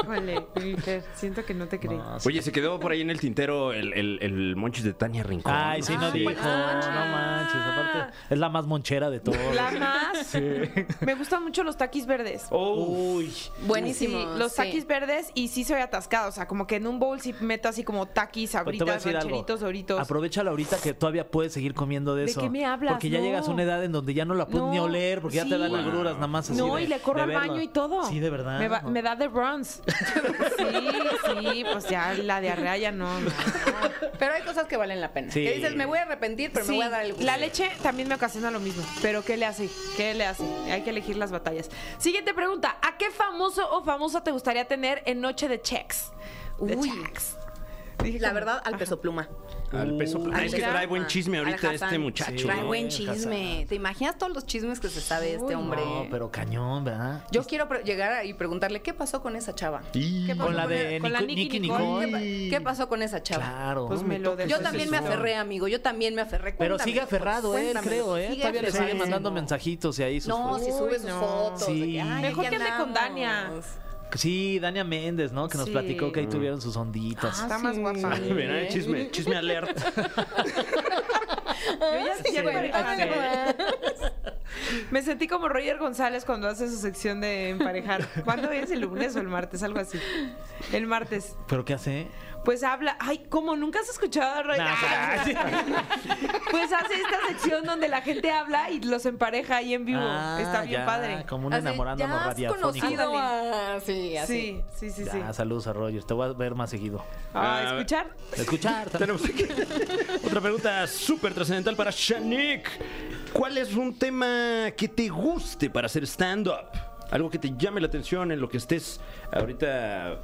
S3: Híjole, Fer, siento que no te creí.
S1: Oye, se quedó por ahí en el tintero el, el, el monchis de Tania Rincón.
S2: Ay, sí, no
S3: Ay,
S2: dijo.
S3: manches.
S2: No manches. Aparte, es la más monchera de todos.
S3: La más. Me gustan mucho los taquis verdes.
S1: Oh,
S2: Uy.
S5: <laughs> Buenísimo.
S3: Sí, los
S5: sí.
S3: taquis verdes y sí soy atascada. O sea, como que en un bowl sí meto así como taquis,
S2: Pero te voy a
S3: abritas,
S2: decir algo.
S3: rancheritos, doritos.
S2: Aprovechala ahorita que todavía puedes seguir comiendo de
S3: ¿De
S2: eso.
S3: qué me hablas?
S2: Porque ya
S3: No.
S2: llegas a una edad en donde ya no la puedes ni
S3: No,
S2: oler, porque ya te
S3: sí.
S2: dan agruras nada más así.
S3: No,
S2: de-
S3: y le corro
S2: de
S3: al
S2: verla.
S3: baño y todo.
S2: Sí, de verdad.
S3: Me, va-
S2: No.
S3: me da de bronze. <laughs> Sí, sí, pues ya la diarrea ya no. no.
S5: <laughs> Pero hay cosas que valen la pena.
S2: Sí.
S5: Que dices, me voy a arrepentir, pero
S3: Sí,
S5: me voy a dar el gusto.
S3: La leche también me ocasiona lo mismo. Pero ¿qué le hace? ¿Qué le hace? Hay que elegir las batallas. Siguiente pregunta. ¿A qué famoso o famosa te gustaría tener en Noche de Checks? De
S5: Uy.
S3: Checks. Dije
S5: La
S3: como-
S5: verdad, al peso pluma.
S1: Al peso.
S5: Al
S1: Ah, es que
S5: Hassan.
S1: trae buen chisme
S5: Al
S1: ahorita
S5: Hassan.
S1: este muchacho.
S5: Trae
S1: ¿no?
S5: buen
S2: El
S5: chisme. ¿Te imaginas todos los chismes que se sabe de este
S3: Uy,
S5: hombre?
S2: No, pero cañón, ¿verdad?
S5: Yo quiero pre- llegar y preguntarle, ¿qué pasó con esa chava?
S3: ¿Qué pasó
S2: Con la de
S3: con la
S2: Nico-
S3: Nicki
S2: Nicki
S3: Nicole?
S2: Nicole.
S5: ¿Qué pasó con esa chava?
S2: Claro.
S3: Pues
S2: no
S3: me lo
S2: toques
S5: Yo
S2: ese
S5: también me
S2: son.
S5: aferré, amigo. Yo también me aferré.
S2: Pero
S5: Cuéntame,
S2: sigue aferrado
S5: pues,
S2: él,
S5: cuéntame.
S2: creo, ¿eh?
S5: Sigue
S2: Todavía le sigue
S5: aferrado.
S2: mandando mensajitos y ahí sus
S5: No,
S2: fotos.
S5: si sube sus
S3: no.
S5: fotos. de que,
S2: Sí.
S5: "Ay,
S3: Mejor
S5: aquí
S3: que ande con
S5: andamos".
S3: Dania.
S2: Sí, Dania Méndez, ¿no? Que nos
S3: Sí. Ah,
S2: platicó que ahí tuvieron sus onditas.
S3: Está más guapa.
S1: Ay, verá, chisme, chisme alert.
S3: Yo ya- ya
S2: Sí.
S3: emparejé. Me sentí como Roger González cuando hace su sección de
S2: <laughs>
S3: emparejar. ¿Cuándo es? ¿El lunes o el martes? Algo así. El martes.
S2: ¿Pero qué hace?
S3: Pues habla. Ay, ¿cómo? ¿Nunca has escuchado a Roger?
S2: Nah,
S3: Ah,
S2: sí.
S3: Pues hace esta sección donde la gente habla y los empareja ahí en vivo.
S2: Ah,
S3: Está bien
S2: ya,
S3: padre.
S2: Como un
S5: Así,
S2: enamorándonos
S5: ya has
S2: radiofónico.
S5: conocido a- Sí, así.
S3: Sí, sí, sí, sí.
S2: Ya, saludos a Roger. Te voy a ver más seguido.
S3: Ah,
S1: Ah,
S3: <laughs> escuchar.
S2: Escuchar.
S1: Tenemos aquí <laughs> otra pregunta súper trascendental para Shanik. ¿Cuál es un tema que te guste para hacer stand-up? Algo que te llame la atención en lo que estés ahorita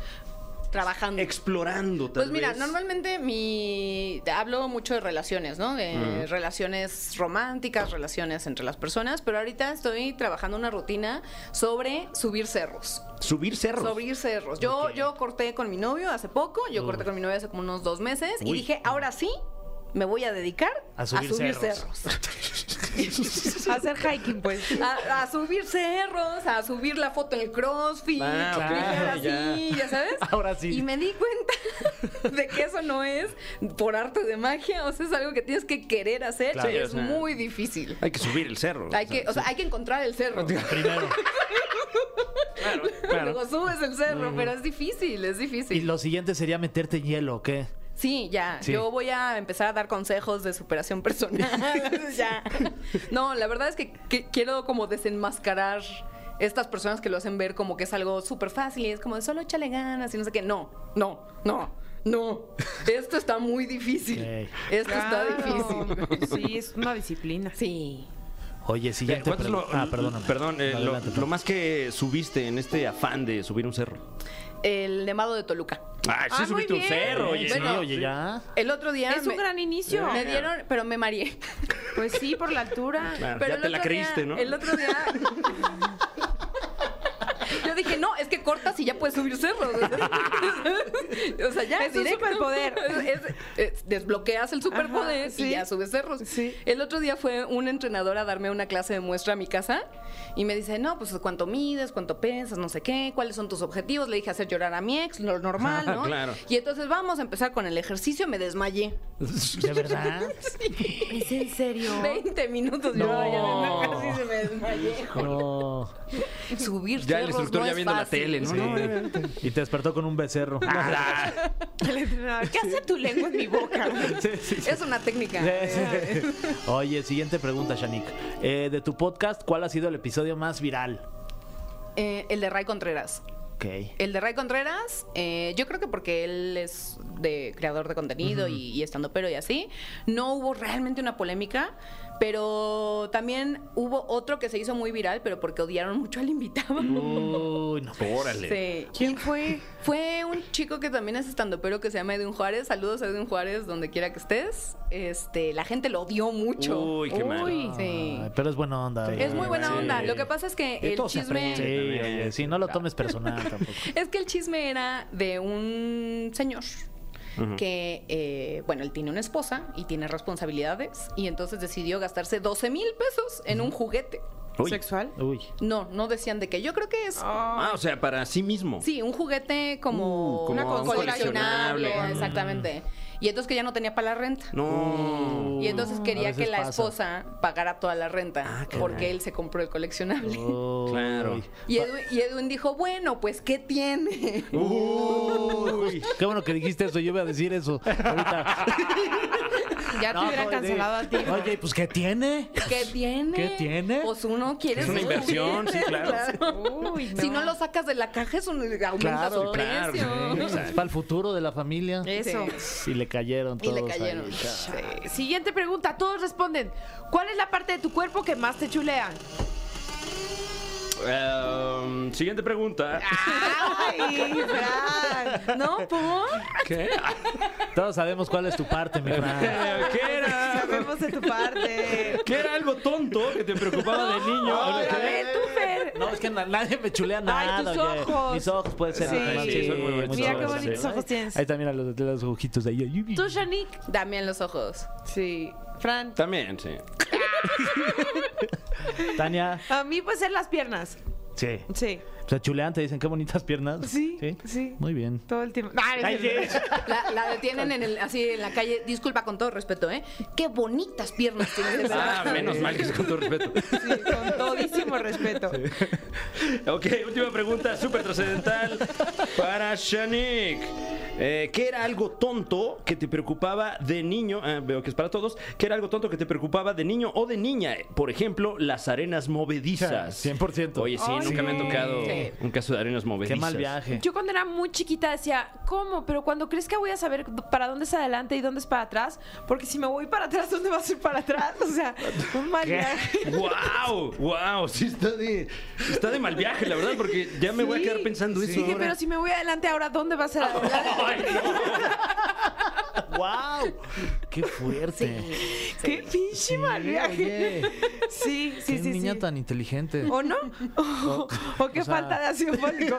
S5: Trabajando.
S1: explorando. Tal
S5: Pues mira,
S1: vez.
S5: normalmente mi hablo mucho de relaciones, ¿no? De relaciones románticas, relaciones entre las personas, pero ahorita estoy trabajando una rutina sobre subir cerros.
S1: Subir cerros.
S5: Subir cerros. Yo yo corté con mi novio hace poco, yo corté con mi novio hace como unos dos meses y
S1: Uy.
S5: dije, ahora sí me voy a dedicar
S2: A subir cerros.
S3: Hacer hiking, pues.
S5: A, a subir cerros, a subir la foto en el crossfit,
S1: Ah, ok, <laughs>
S5: brillar
S1: ya.
S5: así, ya sabes.
S2: Ahora sí.
S5: Y me di cuenta <laughs> de que eso no es por arte de magia, o sea, es algo que tienes que querer hacer
S1: Claro.
S5: y es
S1: Sí, o sea,
S5: muy difícil.
S1: Hay que subir el cerro.
S5: Hay que, o sea, hay que encontrar el
S1: <laughs>
S5: cerro.
S3: <laughs>
S2: Primero.
S5: Luego subes el cerro, pero es difícil, es
S2: Y
S5: difícil.
S2: lo siguiente sería meterte hielo, ¿o ¿qué?
S5: Sí, ya.
S2: Sí.
S5: Yo voy a empezar a dar consejos de
S3: <laughs>
S5: superación <laughs> personal. ya. No, la verdad es que, que quiero como desenmascarar estas personas que lo hacen ver como que es algo súper fácil y es como solo échale ganas y no sé qué. No, no, no, no. Esto está muy difícil.
S2: Ok.
S5: Esto está
S3: Claro.
S5: difícil.
S3: Sí, es una disciplina.
S5: Sí.
S2: Oye,
S1: Eh,
S2: siguiente.
S1: ¿cuánto es lo,
S2: pregunta. ah, perdóname.
S1: Perdón, eh, lo,
S2: Adelante,
S1: lo más que subiste en este afán de subir un cerro.
S5: El nemado de Toluca.
S1: Ah, sí
S3: Ah,
S1: subiste
S3: muy
S1: un
S3: bien.
S1: cerro,
S2: Sí,
S1: oye.
S2: sí,
S1: ¿no?
S2: oye, ya.
S5: El otro día.
S3: Es un
S5: me-
S3: gran inicio.
S5: Me dieron, pero me mareé.
S3: Pues sí, por la altura.
S1: Claro,
S5: Pero
S1: ya
S5: el
S1: te la
S5: otro día- <laughs>
S1: creíste, ¿no?
S5: El otro día. Yo dije, no, No, es que cortas y ya puedes subir cerros. <laughs> o sea, ya.
S3: Es un
S5: directo.
S3: superpoder.
S5: Es- es- desbloqueas el superpoder
S3: Ajá, sí.
S5: y ya subes cerros.
S3: Sí.
S5: El otro día fue un entrenador a darme una clase de muestra a mi casa y me dice, no, pues cuánto mides, cuánto pesas, no sé qué, cuáles son tus objetivos. Le dije hacer llorar a mi ex, lo
S1: <laughs>
S5: normal, ¿no?
S1: Claro.
S5: Y entonces vamos a empezar con el ejercicio, me desmayé.
S2: ¿De verdad?
S1: <laughs>
S8: ¿Es en serio?
S5: 20 minutos yo
S2: No.
S5: llorando en la clase y se me desmayé.
S2: No.
S5: Subir
S1: Ya el
S5: cerros
S1: instructor
S5: no
S1: ya
S5: es
S1: viendo la
S5: fácil.
S1: tele, ¿no?
S2: Sí.
S1: No, no, no.
S2: Y te despertó con un becerro.
S1: Ah,
S2: <laughs>
S3: El entrenador, ¿Qué hace tu lengua en mi
S1: <laughs>
S3: boca?
S5: Es una técnica.
S2: Sí, sí. <laughs> Oye, siguiente pregunta, Shanik. Eh, de tu podcast, ¿cuál ha sido el episodio más viral?
S5: Eh, el de Ray Contreras.
S2: Ok.
S5: El de Ray Contreras, eh, yo creo que porque él es de creador de contenido y, y estando pero y así, no hubo realmente una polémica, pero también hubo otro que se hizo muy viral, pero porque odiaron mucho al invitado.
S2: Uy, no.
S1: Órale.
S5: Sí.
S3: ¿Quién fue?
S5: Fue un chico que también es estando pero que se llama Edwin Juárez. Saludos a Edwin Juárez, donde quiera que estés. Este, la gente lo odió mucho.
S1: Uy, qué mal.
S5: Sí.
S2: Ay, pero es buena onda.
S5: Es muy buena
S1: Sí.
S5: onda. Lo que pasa es que
S1: De
S5: el
S1: todo se
S5: chisme.
S1: aprende.
S2: Sí, oye, sí, no lo tomes personal tampoco.
S5: Es que el chisme era de un señor que, eh, bueno, él tiene una esposa y tiene responsabilidades y entonces decidió gastarse 12 mil pesos en un juguete.
S1: Uy.
S3: ¿Sexual?
S2: Uy.
S5: No, no decían de qué. Yo creo que es...
S1: Ah, o sea, para sí mismo.
S5: Sí, un juguete como,
S1: Uh, como
S5: una
S1: un
S5: coleccionable.
S1: coleccionable.
S5: Exactamente. Y entonces que ya no tenía para la renta.
S1: No.
S5: Y entonces
S2: Uh, a
S5: quería
S2: veces
S5: que la
S2: pasa.
S5: esposa pagara toda la renta
S1: Ah, caray.
S5: porque él se compró el coleccionable.
S2: Uy.
S1: Claro.
S5: Y Edwin, y Edwin dijo, bueno, pues ¿qué tiene? <laughs>
S1: Uh. Uy.
S2: Qué bueno que dijiste eso, yo iba a decir eso ahorita.
S3: Ya te
S2: No,
S3: hubieran
S2: joder.
S3: cancelado a ti.
S2: Oye, pues ¿qué tiene?
S5: ¿Qué tiene?
S2: ¿Qué tiene?
S5: Pues uno quiere
S1: Es una
S5: su <laughs>
S1: inversión, sí,
S5: juguete,
S1: claro.
S3: Uy,
S5: Si no lo sacas de la caja, es un, aumenta su
S1: claro,
S5: precio.
S1: sí.
S2: Es para el futuro de la familia.
S3: Eso.
S2: Y le cayeron
S5: Y
S2: todos.
S5: le cayeron.
S2: ahí.
S3: Sí. Siguiente pregunta, todos responden. ¿Cuál es la parte de tu cuerpo que más te chulea?
S1: Em, siguiente pregunta.
S3: Ay, Fran. No, ¿por?
S1: ¿Qué?
S2: Todos sabemos cuál es tu parte, mi hermano.
S1: Eh, ¿Qué era?
S3: Sabemos de tu parte.
S1: ¿Qué era algo tonto que te preocupaba de niño? ¿eh?
S3: Ay, <laughs> a ver, tú, Fer.
S2: No, es que na- nadie me chulea nada.
S3: tus
S2: oye.
S3: ojos.
S2: Mis ojos pueden ser.
S3: Sí.
S2: Ah,
S3: Sí,
S1: son muy
S2: muchos
S1: bonitos.
S3: Mira qué
S1: ojos,
S3: bonitos
S1: sí.
S3: ojos tienes.
S2: Ahí también a los, de los ojitos de ahí.
S3: ¿Tú, Shanique?
S5: Dame en los ojos.
S3: Sí. Fran.
S1: También, sí.
S2: Tania.
S3: A mí, pues, en las piernas.
S2: Sí.
S3: Sí.
S2: O sea, chulean, te dicen qué bonitas piernas.
S3: Sí, sí.
S2: Muy bien.
S3: Todo el tiempo. Ay, es cierto.
S5: <laughs> La, la detienen en el, así en la calle. Disculpa con todo respeto, ¿eh? Qué bonitas piernas tienes.
S1: <laughs> Ah, menos mal que es con todo respeto.
S3: Sí, con todísimo respeto.
S1: Ok, última pregunta, súper trascendental para Shanik. Eh, ¿Qué era algo tonto que te preocupaba de niño? Ah, veo que es para todos. ¿Qué era algo tonto que te preocupaba de niño o de niña? Por ejemplo, las arenas movedizas.
S2: 100%.
S1: Oye, sí,
S3: Ay,
S1: nunca me ha
S3: sí.
S1: tocado
S5: Sí.
S1: un caso de arenas
S2: Qué
S1: movedizas.
S2: mal viaje.
S3: <laughs> Yo cuando era muy chiquita decía, ¿cómo? Pero cuando crees que voy a saber para dónde es adelante y dónde es para atrás, porque si me voy para atrás, ¿dónde va a ser para atrás? O sea, un mal viaje.
S1: ¡Wow! ¡Wow! Sí, está de, está de mal viaje, la verdad, porque ya me voy a
S3: Sí.
S1: quedar pensando eso.
S3: Dije,
S1: ahora.
S3: pero si me voy adelante ahora, ¿dónde va a ser
S1: <laughs>
S3: adelante? <laughs>
S1: Ay,
S2: ¡Wow! ¡Qué fuerte!
S3: ¡Qué pinche mal viaje! <laughs> Sí, sí,
S2: ¡Qué
S3: sí.
S2: niña
S3: sí.
S2: tan inteligente!
S3: ¿O no? <laughs> ¿O, o qué
S2: o sea-
S3: falta de ácido <laughs> fólico?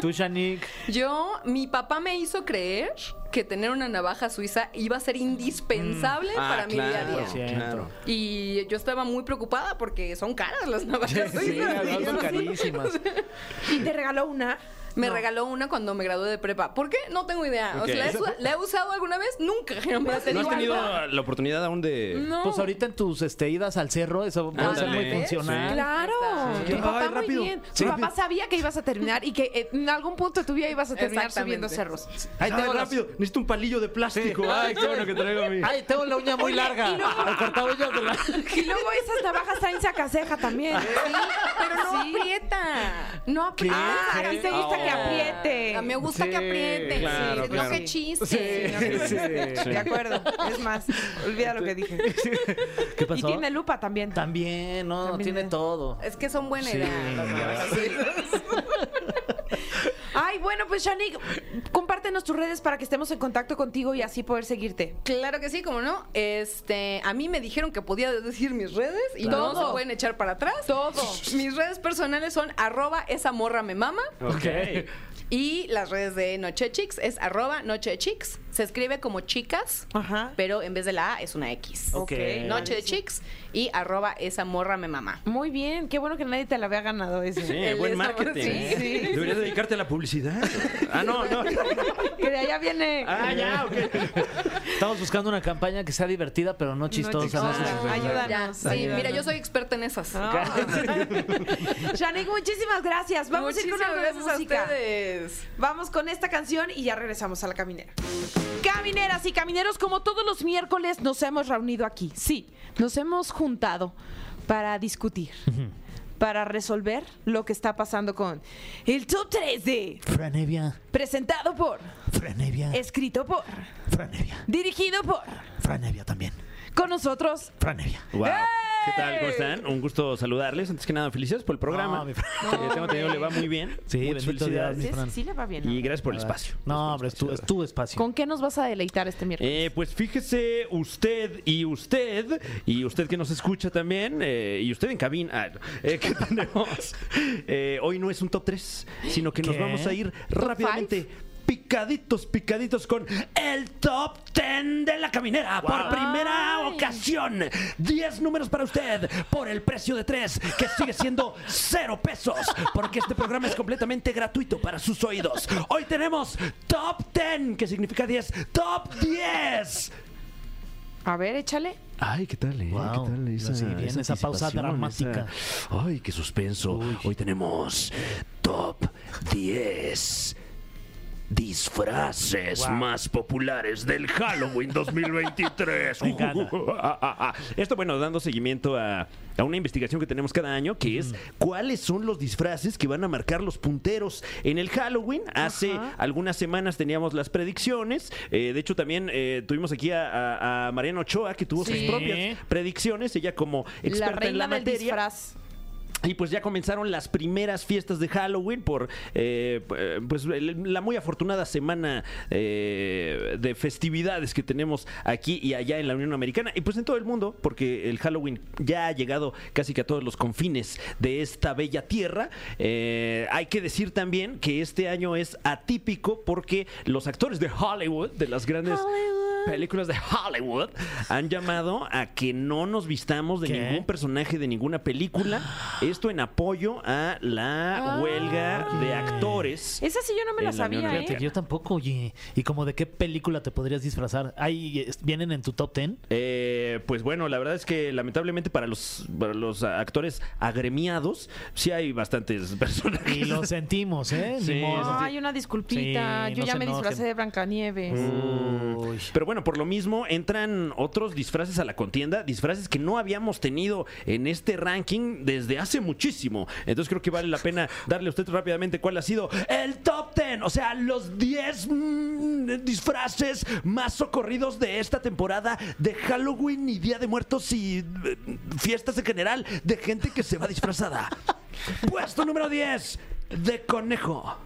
S2: Tú, Shanik.
S5: Yo, mi papá me hizo creer que tener una navaja suiza iba a ser indispensable
S1: Ah,
S5: para mi día a día.
S1: claro, claro.
S5: Y yo estaba muy preocupada porque son caras las navajas. suizas.
S2: son carísimas.
S3: Y te regaló una.
S5: <laughs> Me regaló una cuando me gradué de prepa. ¿Por qué? No tengo idea.
S1: Ok.
S5: O sea, ¿la he, su- la he usado alguna vez? Nunca. jamás.
S1: ¿No has
S5: Digo, "Ay,
S1: tenido la oportunidad aún de...?
S5: No.
S2: Pues ahorita en tus este, idas al cerro, eso puede ser
S1: Ándale.
S2: muy funcional.
S1: Sí.
S3: Ah, Claro,
S5: Sí.
S3: tu papá
S2: Ay,
S3: muy
S2: rápido.
S3: bien. Tu
S2: Sí.
S3: papá sabía que ibas a terminar y que eh, en algún punto de tu vida ibas a terminar subiendo
S5: Exactamente.
S3: cerros.
S1: Ay, tengo rápido. Necesito un palillo de plástico. Ay, qué bueno que traigo
S5: <laughs>
S1: mi.
S2: ¡Ay, tengo la uña muy larga! Al cortabollos de la...
S3: Y luego esas navajas traen sacaceja también.
S5: Sí, pero no
S3: Sí.
S5: aprieta. No
S2: ¿Qué?
S5: aprieta.
S3: Ah, a ti te gusta que apriete.
S5: Ah, Me gusta
S2: Sí,
S5: que apriete.
S1: claro,
S5: Sí,
S1: claro.
S5: No que chiste. no que-
S3: De acuerdo. Es más, olvida lo que dije.
S2: ¿Qué
S3: Y
S2: pasó?
S3: tiene lupa también.
S2: También, no,
S3: También
S2: tiene
S3: es-
S2: todo.
S5: Es que son buena
S2: Sí.
S5: idea. las navajas.
S3: Ay, Ay, bueno, pues Shanique, compártenos tus redes para que estemos en contacto contigo y así poder seguirte.
S5: Claro que sí, como no. Este, a mí me dijeron que podía decir mis redes y no
S3: Todo.
S5: se pueden echar para atrás. Todo. Mis redes personales son arroba esa morra me mama.
S1: Ok.
S5: Y las redes de Noche Chicks es arroba Noche Chicks. Se escribe como chicas,
S3: Ajá.
S5: pero en vez de la A es una X.
S2: Ok.
S5: Noche de Chicks y arroba esa morra me mama.
S3: Muy bien, qué bueno que nadie te la había ganado ese.
S1: Sí,
S5: El
S1: buen
S5: esa-
S1: marketing.
S5: sí, sí.
S1: Deberías dedicarte a la publicidad. <laughs> Ah, no, no.
S3: <laughs> Que de allá viene.
S1: Ah, ya, ok.
S2: Estamos buscando una campaña que sea divertida, pero no chistosa.
S3: chistosa.
S2: no sé si se-
S3: Ayúdanos. Ah.
S5: Ya, sí,
S3: ayúdanos.
S5: mira, yo soy experta en esas.
S1: <laughs>
S3: Shanique, muchísimas gracias. Vamos a ir con algo de música.
S5: ustedes.
S3: Vamos con esta canción y ya regresamos a la caminera. Camineras y camineros, como todos los miércoles nos hemos reunido aquí. Sí, nos hemos juntado para discutir, para resolver lo que está pasando con el top 3 de
S2: Franevia,
S3: presentado por,
S2: Franevia,
S3: escrito por,
S2: Franevia,
S3: dirigido por.
S2: Franevia también.
S3: Con nosotros
S2: Franevia.
S1: Wow. ¿Qué tal? ¿Cómo están? Un gusto saludarles. Antes que nada, felicidades por el programa.
S2: No, mi-
S1: Eh, tengo entendido, le va muy bien.
S2: Sí,
S1: Muchas
S2: bendito Dios,
S1: felicidades.
S2: mi
S3: Sí,
S2: Fran.
S3: sí le va bien.
S1: Y
S3: ¿no?
S1: gracias por el espacio.
S2: Ah, No, hombre, es tu, es tu espacio.
S3: ¿Con qué nos vas a deleitar este miércoles?
S1: Eh, pues fíjese usted y usted, y usted que nos escucha también, eh, y usted en cabina, ah, no, eh, que tenemos, eh, hoy no es un top 3, sino que nos
S2: ¿Qué?
S1: vamos a ir rápidamente. Picaditos, picaditos con el top 10 de la caminera por primera ocasión. 10 números para usted por el precio de 3, que sigue siendo 0 pesos, porque este programa es completamente gratuito para sus oídos. Hoy tenemos top 10, que significa 10. ¡Top 10!
S3: A ver, échale.
S1: Ay, ¿qué tal, eh?
S2: Wow.
S1: ¿Qué tal esa,
S2: Sí, bien, esa pausa
S1: anticipación,
S2: dramática.
S1: esa- Ay, qué suspenso. Hoy tenemos top 10 disfraces más populares del Halloween 2023.
S2: Me encanta.
S1: Ah, ah, ah. <laughs> Esto, bueno, dando seguimiento a, a una investigación que tenemos cada año, que es cuáles son los disfraces que van a marcar los punteros en el Halloween. Hace algunas semanas teníamos las predicciones. Eh, de hecho, también eh, tuvimos aquí a, a- a Mariana Ochoa, que tuvo sus
S2: Sí.
S1: propias predicciones. Ella como
S3: la
S1: experta
S3: reina
S1: en la
S3: del
S1: materia.
S3: disfraz.
S1: Y pues ya comenzaron las primeras fiestas de Halloween por eh, p- eh, pues el- la muy afortunada semana eh, de festividades que tenemos aquí y allá en la Unión Americana y pues en todo el mundo porque el Halloween ya ha llegado casi que a todos los confines de esta bella tierra. Eh, hay que decir también que este año es atípico porque los actores de Hollywood, de las grandes películas de Hollywood, han llamado a que no nos vistamos de
S2: ¿Qué?
S1: ningún personaje de ninguna película. Esto en apoyo a la huelga de actores.
S3: Esa sí yo no me la
S1: En la Unión
S3: sabía,
S1: Americana.
S3: ¿eh?
S2: Fíjate, yo tampoco, oye. ¿Y como de qué película te podrías disfrazar? Ahí eh, vienen en tu top ten.
S1: Eh, pues bueno, la verdad es que lamentablemente para los, para los actores agremiados, sí hay bastantes <laughs> personajes.
S2: Y lo sentimos, ¿eh? Ni
S1: Sí,
S2: modo.
S3: Ay, una disculpita.
S2: Sí,
S3: Yo
S2: no
S3: ya
S2: se
S3: me
S2: enojen. Mm,
S3: disfracé de Blancanieves.
S2: Uy.
S1: Pero bueno, por lo mismo entran otros disfraces a la contienda, disfraces que no habíamos tenido en este ranking desde hace muchísimo. Entonces creo que vale la pena darle a usted rápidamente cuál ha sido el top 10, o sea, los 10 mm, disfraces más socorridos de esta temporada de Halloween y Día de Muertos y eh, fiestas en general de gente que se va disfrazada. Puesto número 10, de conejo.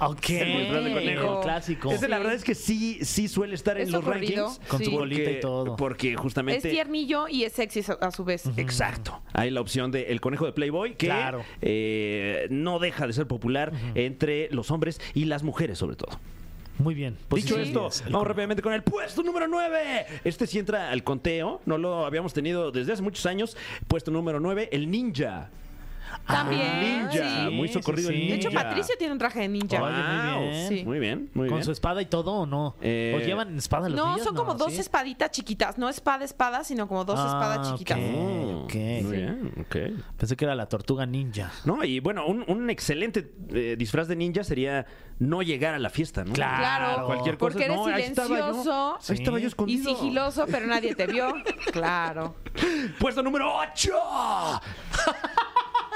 S2: Ok.
S1: El disfraz de conejo.
S2: El clásico.
S1: Ese, la verdad es que sí, sí suele estar en
S3: Es
S1: los
S3: socorrido,
S1: rankings.
S2: Con su
S3: sí.
S2: bolita y todo.
S1: Porque
S3: Es
S1: justamente.
S3: tiernillo y es sexy a- a su vez.
S1: Exacto. Mm. Hay la opción de el conejo de Playboy que
S2: Claro.
S1: eh, no deja de ser popular entre los hombres y las mujeres, sobre todo.
S2: Muy bien.
S1: Dicho
S2: Posición
S1: esto,
S2: 10.
S1: vamos rápidamente con el puesto número 9. Este sí entra al conteo, no lo habíamos tenido desde hace muchos años. Puesto número 9, el ninja.
S3: También.
S1: Ah, ninja,
S3: sí.
S1: muy
S2: sí,
S1: socorrido
S2: sí.
S1: el
S3: De
S1: ninja.
S3: hecho, Patricio tiene un traje de ninja.
S2: Oye, muy
S1: Wow.
S2: bien.
S3: Sí.
S1: Muy bien, muy
S2: ¿Con
S1: bien.
S2: su espada y todo o no?
S1: Eh,
S2: ¿O llevan espada los
S3: no,
S2: niños?
S3: son como dos
S2: ¿sí?
S3: espaditas chiquitas. No espada, espada, sino como dos espadas
S2: Ah,
S3: chiquitas.
S2: ok.
S1: Oh,
S2: ok.
S1: Muy bien, ok.
S2: Pensé que era la tortuga ninja.
S1: No, y bueno, un, un excelente eh, disfraz de ninja sería no llegar a la fiesta, ¿no?
S2: Claro.
S3: Claro,
S1: Cualquier cosa.
S3: porque eres
S1: No, ahí estaba yo.
S3: silencioso
S1: Ahí estaba yo
S3: y
S1: escondido.
S3: sigiloso, pero nadie te vio. claro.
S1: Puesto número 8.
S2: <laughs>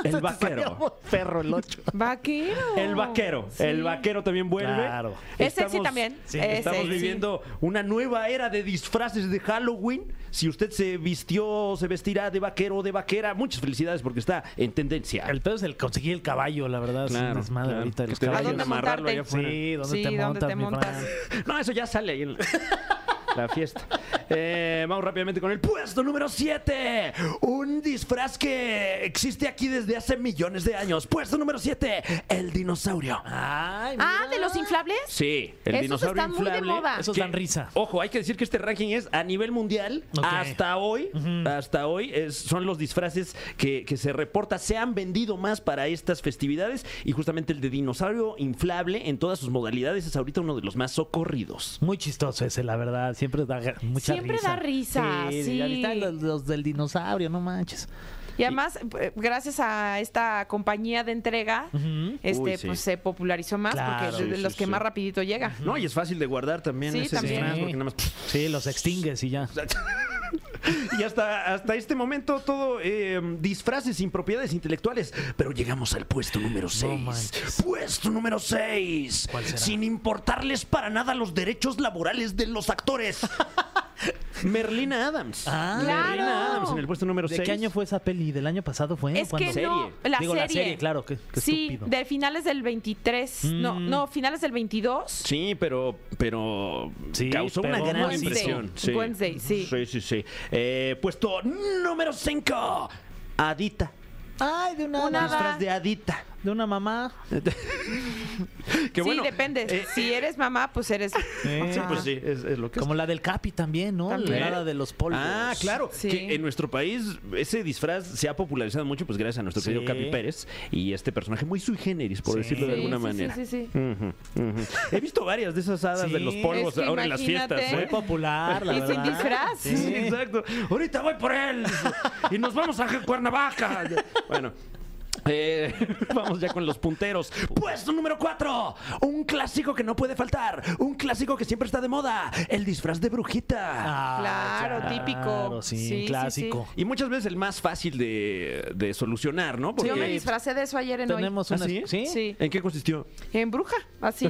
S1: El vaquero.
S2: Perro el 8.
S3: Vaquero.
S1: El vaquero. El vaquero también vuelve.
S2: Claro.
S3: Es sexy también.
S1: sí,
S3: Es
S1: estamos
S3: sexy.
S1: viviendo una nueva era de disfraces de Halloween. Si usted se vistió, se vestirá de vaquero o de vaquera, muchas felicidades porque está en tendencia.
S2: El pedo es el conseguir el caballo, la verdad. es un
S1: Claro,
S2: desmadre
S1: claro.
S2: ahorita de
S1: Que
S2: los
S1: te vayan
S3: ¿A
S2: caballos.
S3: dónde
S1: amarrarlo
S3: montarte?
S1: allá afuera.
S2: Sí, ¿dónde
S3: Sí,
S2: te
S3: ¿dónde
S2: montas,
S3: te
S2: mi
S3: montas?
S2: Fran?
S1: <laughs> No, eso ya sale ahí en la, la fiesta. Eh, vamos rápidamente con el puesto número 7. Un disfraz que existe aquí desde hace millones de años. Puesto número 7. El dinosaurio.
S2: Ay,
S5: Ah, ¿de los inflables?
S1: Sí, el
S5: Esos
S1: dinosaurio
S5: están muy de
S1: inflable.
S5: moda.
S2: Esos
S1: que-
S2: dan risa.
S1: Ojo, hay que decir que este ranking es a nivel mundial.
S2: Ok.
S1: Hasta hoy, hasta hoy es- son los disfraces que, que se reporta se han vendido más para estas festividades y justamente el de dinosaurio inflable en todas sus modalidades es ahorita uno de los más socorridos.
S2: Muy chistoso ese, la verdad. Siempre da ga- mucha
S8: Siempre
S2: risa.
S8: da risa, sí.
S2: ahí están los, los del dinosaurio, no manches.
S3: Y además, eh, gracias a esta compañía de entrega, este,
S1: Uy, sí.
S3: pues se popularizó más porque
S2: Claro.
S3: es de de
S1: Sí,
S3: los
S1: sí,
S3: que
S1: sí.
S3: más rapidito llega.
S1: No, y es fácil de guardar también
S3: Sí,
S1: ese
S3: también.
S1: disfraz, porque nada más-
S2: Sí, los extingues y ya.
S1: <laughs> Y hasta, hasta este momento todo eh, disfraces sin propiedades intelectuales. Pero llegamos al puesto número 6.
S2: manches.
S1: puesto número 6.
S2: ¿Cuál será?
S1: Sin importarles para nada los derechos laborales de los actores.
S2: <laughs>
S1: Merlina Adams.
S2: Ah.
S1: Merlina
S3: Claro.
S1: Adams en el puesto número
S2: ¿De
S1: 6.
S2: qué año fue esa peli? ¿Del año pasado fue?
S3: Es
S2: ¿O cuándo?
S3: que no,
S1: Serie.
S3: la
S2: Digo,
S3: serie.
S2: la Eh, serie, claro, qué- qué
S3: sí,
S2: estúpido.
S3: de finales del 23, no, no, finales del 22.
S1: Mm. Sí, pero, pero
S2: Sí,
S1: causó
S2: pero
S1: una gran
S2: Wednesday.
S1: impresión. Sí.
S3: Wednesday, sí.
S1: Sí, sí, sí. Eh, puesto número 5. Adita.
S2: Ay, de una,
S3: Una-
S1: Disfraz de Adita.
S2: de una mamá.
S3: sí,
S1: Que bueno, Eh,
S3: depende. si eres mamá, pues eres.
S1: Sí,
S3: Ajá.
S1: pues sí, es, es lo que es.
S2: Como la del Capi también, ¿no?
S3: También.
S2: La hada de los polvos.
S1: Ah, claro.
S3: Sí.
S1: Que en nuestro país ese disfraz se ha popularizado mucho, pues gracias a nuestro querido
S2: Sí.
S1: Capi Pérez y este personaje muy sui generis, por
S2: Sí.
S1: decirlo de
S3: Sí,
S1: alguna
S3: sí,
S1: manera.
S3: Sí, sí, sí.
S1: Ujú, ujú. He visto varias de esas hadas
S2: Sí.
S1: de los polvos
S3: Es que
S1: ahora en las
S3: imagínate.
S1: fiestas.
S2: Muy
S1: ¿eh?
S2: popular, la
S3: Y sin
S2: verdad.
S3: disfraz.
S2: Sí.
S1: Sí, exacto. Ahorita voy por él y nos vamos a Cuernavaca. Bueno. eh, <laughs> vamos ya con los punteros. Puesto número 4. Un clásico que no puede faltar. Un clásico que siempre está de moda. El disfraz de brujita.
S2: Ah,
S3: Claro, típico.
S2: Sí,
S3: Sí, sí,
S2: clásico.
S1: Y muchas veces el más fácil de, de solucionar, ¿no?
S3: Yo me
S1: Porque,
S3: disfracé de eso ayer en
S2: Tenemos
S1: ¿Ah,
S2: una.
S1: sí?
S2: ¿Sí?
S3: hoy. Sí.
S1: ¿En qué consistió?
S3: En bruja,
S2: <laughs>
S3: así.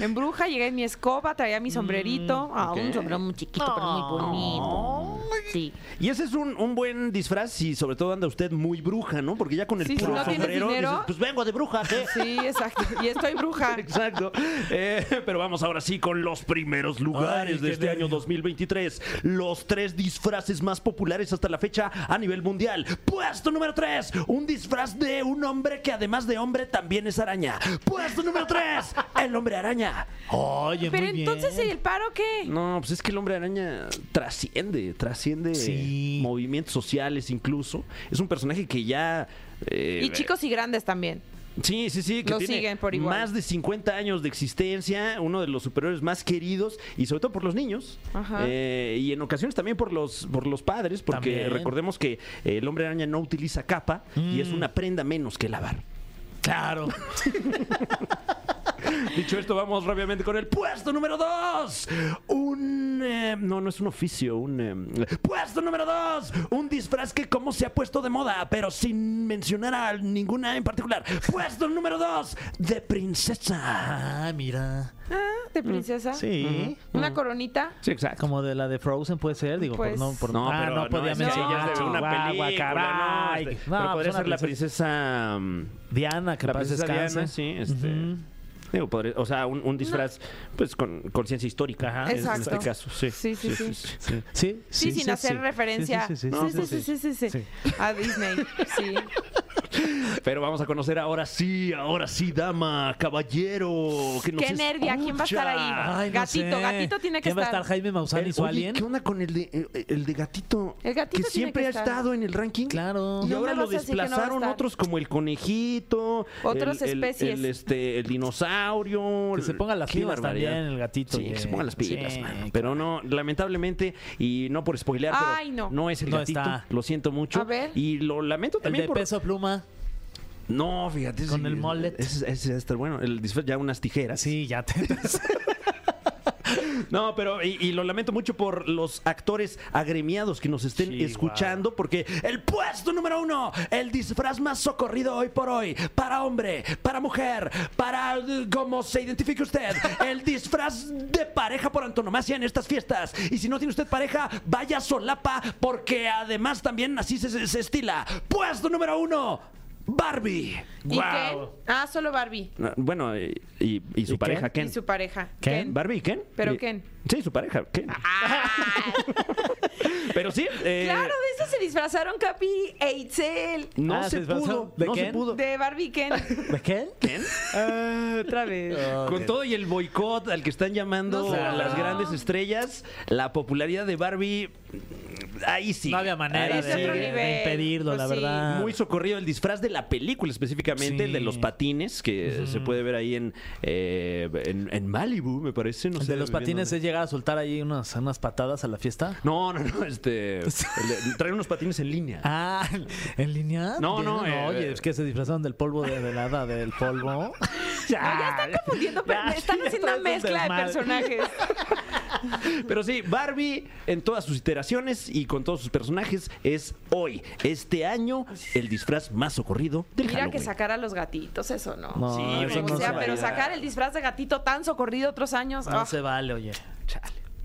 S3: en bruja, llegué en mi escoba, traía
S2: Mm,
S3: mi sombrerito. Ah, un sombrero muy chiquito, pero muy bonito. Sí.
S1: Y ese es un, un buen disfraz y sobre todo anda usted muy bruja, ¿no? Porque ya con el
S3: Sí, si
S1: puro
S3: no tienes
S1: sombrero
S3: dinero-
S1: dices, pues vengo de bruja,
S2: ¿eh?".
S1: ¿qué?
S3: Sí, exacto. Y estoy
S2: <laughs>
S3: bruja.
S1: <laughs> Exacto. Eh, pero vamos ahora sí con los primeros lugares
S2: Ay,
S1: de
S2: qué
S1: este
S2: nervio.
S1: año 2023. Los tres disfraces más populares hasta la fecha a nivel mundial. Puesto número 3, un disfraz de un hombre que además de hombre también es araña. Puesto número 3, el hombre araña.
S2: Oye,
S3: Pero
S2: muy
S3: entonces,
S2: bien.
S3: ¿y el paro qué?
S1: No, pues es que el hombre araña trasciende, trasciende
S2: Sí.
S1: movimientos sociales incluso. Es un personaje que ya... eh,
S3: Y chicos y grandes también.
S1: Sí, sí, sí, que
S3: Lo
S1: tiene
S3: siguen por igual.
S1: más de 50 años de existencia, uno de los superiores más queridos y sobre todo por los niños
S3: Ajá.
S1: Eh, y en ocasiones también por los por los padres, porque
S2: También.
S1: recordemos que eh, el hombre araña no utiliza capa y
S2: Mm.
S1: es una prenda menos que lavar.
S2: Claro.
S1: Dicho esto, vamos rápidamente con el puesto número 2. Un... eh, no, no es un oficio, un... eh, puesto número 2. Un disfraz que como se ha puesto de moda, pero sin mencionar a ninguna en particular. Puesto número 2. De princesa.
S2: Ah, mira.
S3: Ah, de princesa.
S2: Mm, Sí. Mm.
S3: Una coronita.
S1: Sí, exacto.
S2: Como de la de Frozen puede ser, digo, por
S3: Pues-
S2: no, por
S1: No,
S2: ah,
S1: pero
S2: no podía
S1: es que
S2: mencionar
S1: ella es de una
S2: Chihuahua,
S1: película, no,
S2: caray.
S1: este,
S2: No,
S1: pero
S2: pues
S1: podría
S2: una
S1: ser la
S2: princesa-
S1: princesa... mm,
S2: Diana, que
S1: La
S2: la
S1: princesa Diana, sí, este... digo, podría- o sea, un, un disfraz pues con conciencia histórica
S2: Ajá.
S1: en- en
S3: Exacto.
S1: este caso, sí.
S3: Sí, sí, sí.
S2: Sí, sí,
S3: Sí, sin hacer
S2: sí.
S3: referencia.
S2: Sí, sí, sí,
S3: Sí,
S1: pues
S2: sí, sí,
S3: sí, sí, sí, sí. A Disney.
S2: <laughs>
S3: Sí.
S1: Pero vamos a conocer ahora sí, ahora sí, dama, caballero. Que nos
S3: Qué nervia, ¿quién va a estar ahí?
S2: Ay, no
S3: Gatito,
S2: sé.
S3: gatito tiene que
S2: ¿Quién va a
S3: estar.
S2: estar Jaime Maussan Ah, y
S1: Eh, Oye,
S2: su alien?
S1: ¿Qué onda con el de, eh, el de gatito?
S3: El gatito tiene
S1: que siempre
S3: que
S1: ha
S3: estar.
S1: estado en el ranking.
S2: Claro.
S1: Y
S3: No
S1: ahora
S3: me
S1: lo
S3: vas a decir que no va a
S1: desplazaron
S3: estar.
S1: otros como el conejito,
S3: Otras
S1: el, el-
S3: especies.
S1: el, este, el dinosaurio.
S2: Que se ponga las
S1: Qué
S2: pilas
S1: barbaridad.
S2: también el gatito,
S1: Sí, que
S2: oye.
S1: se ponga las pilas,
S2: Sí.
S1: mano. Pero no, lamentablemente, y no por spoilear,
S3: Ay,
S1: pero
S3: no.
S1: es el
S2: No
S1: gatito.
S2: está.
S1: Lo siento mucho.
S3: A ver.
S1: Y lo lamento
S2: El
S1: también
S2: de
S1: por-
S2: peso pluma.
S1: No, fíjate.
S2: Con
S1: sí,
S2: el mullet.
S1: <laughs> Ese, ese debe estar bueno. El disfraz ya unas tijeras.
S2: Sí, ya te.
S1: No, pero y, y lo lamento mucho por los actores agremiados que nos estén
S2: Sí,
S1: escuchando, porque el puesto número uno, el disfraz más socorrido hoy por hoy, para hombre, para mujer, para eh, como se identifique usted, el disfraz de pareja por antonomasia en estas fiestas. Y si no tiene usted pareja, vaya solapa, porque además también así se- se- se estila. Puesto número uno, Barbie.
S3: ¿Y Ken? Ah, solo Barbie.
S1: Ah, Bueno, y, y- y su
S2: ¿Y
S1: pareja, Ken.
S3: Y su pareja.
S2: ¿Ken?
S1: ¿Barbie y Ken?
S3: Pero
S1: Y-
S3: Ken.
S1: Sí, su pareja, Ken.
S3: Ah,
S1: <laughs> Pero sí. eh,
S3: claro, de eso se disfrazaron Capi e Itzel.
S1: No
S2: Ah,
S1: se
S2: ¿se disfrazó?
S1: pudo.
S2: ¿De
S1: no se
S2: Ken?
S1: pudo.
S3: De Barbie y Ken.
S2: <laughs> ¿De qué?
S3: Otra vez.
S1: Con todo y el boicot al que están llamando
S3: No se pudo.
S1: las grandes estrellas, la popularidad de Barbie, ahí sí.
S2: No había manera
S1: Ahí
S3: Es
S2: de,
S1: sí.
S3: otro
S2: de- de
S3: nivel.
S2: impedirlo,
S3: Pues
S2: la
S3: sí.
S2: verdad.
S1: Muy socorrido el disfraz de la película específicamente, el de
S2: Sí.
S1: los patines, que se puede ver ahí en, eh, en, en Malibu, me parece. No
S2: El
S1: sé,
S2: de los
S1: bien
S2: patines
S1: dónde.
S2: es llegar a soltar ahí unas, unas patadas a la fiesta.
S1: No, no, no,
S2: <laughs>
S1: este... el de- traer unos patines en línea.
S2: Ah, ¿en línea?
S1: No, no,
S2: Bien,
S1: eh,
S2: oye, es que se disfrazaron del polvo de, de la hada del polvo. Ah,
S3: No, ya están confundiendo, pero
S2: Ya,
S3: <laughs> están
S2: ya
S3: haciendo una
S2: traes un
S3: mezcla de
S2: desmadre.
S3: personajes.
S1: Pero sí, Barbie en todas sus iteraciones y con todos sus personajes es hoy, este año, el disfraz más socorrido del
S3: Mira que
S1: Halloween.
S3: sacar a los gatitos, eso no.
S2: No,
S1: Sí,
S2: eso
S3: Como
S1: no
S3: sea,
S1: se
S3: pero
S1: vale.
S3: sacar el disfraz de gatito tan socorrido otros años.
S2: No
S3: ah.
S2: se vale, oye.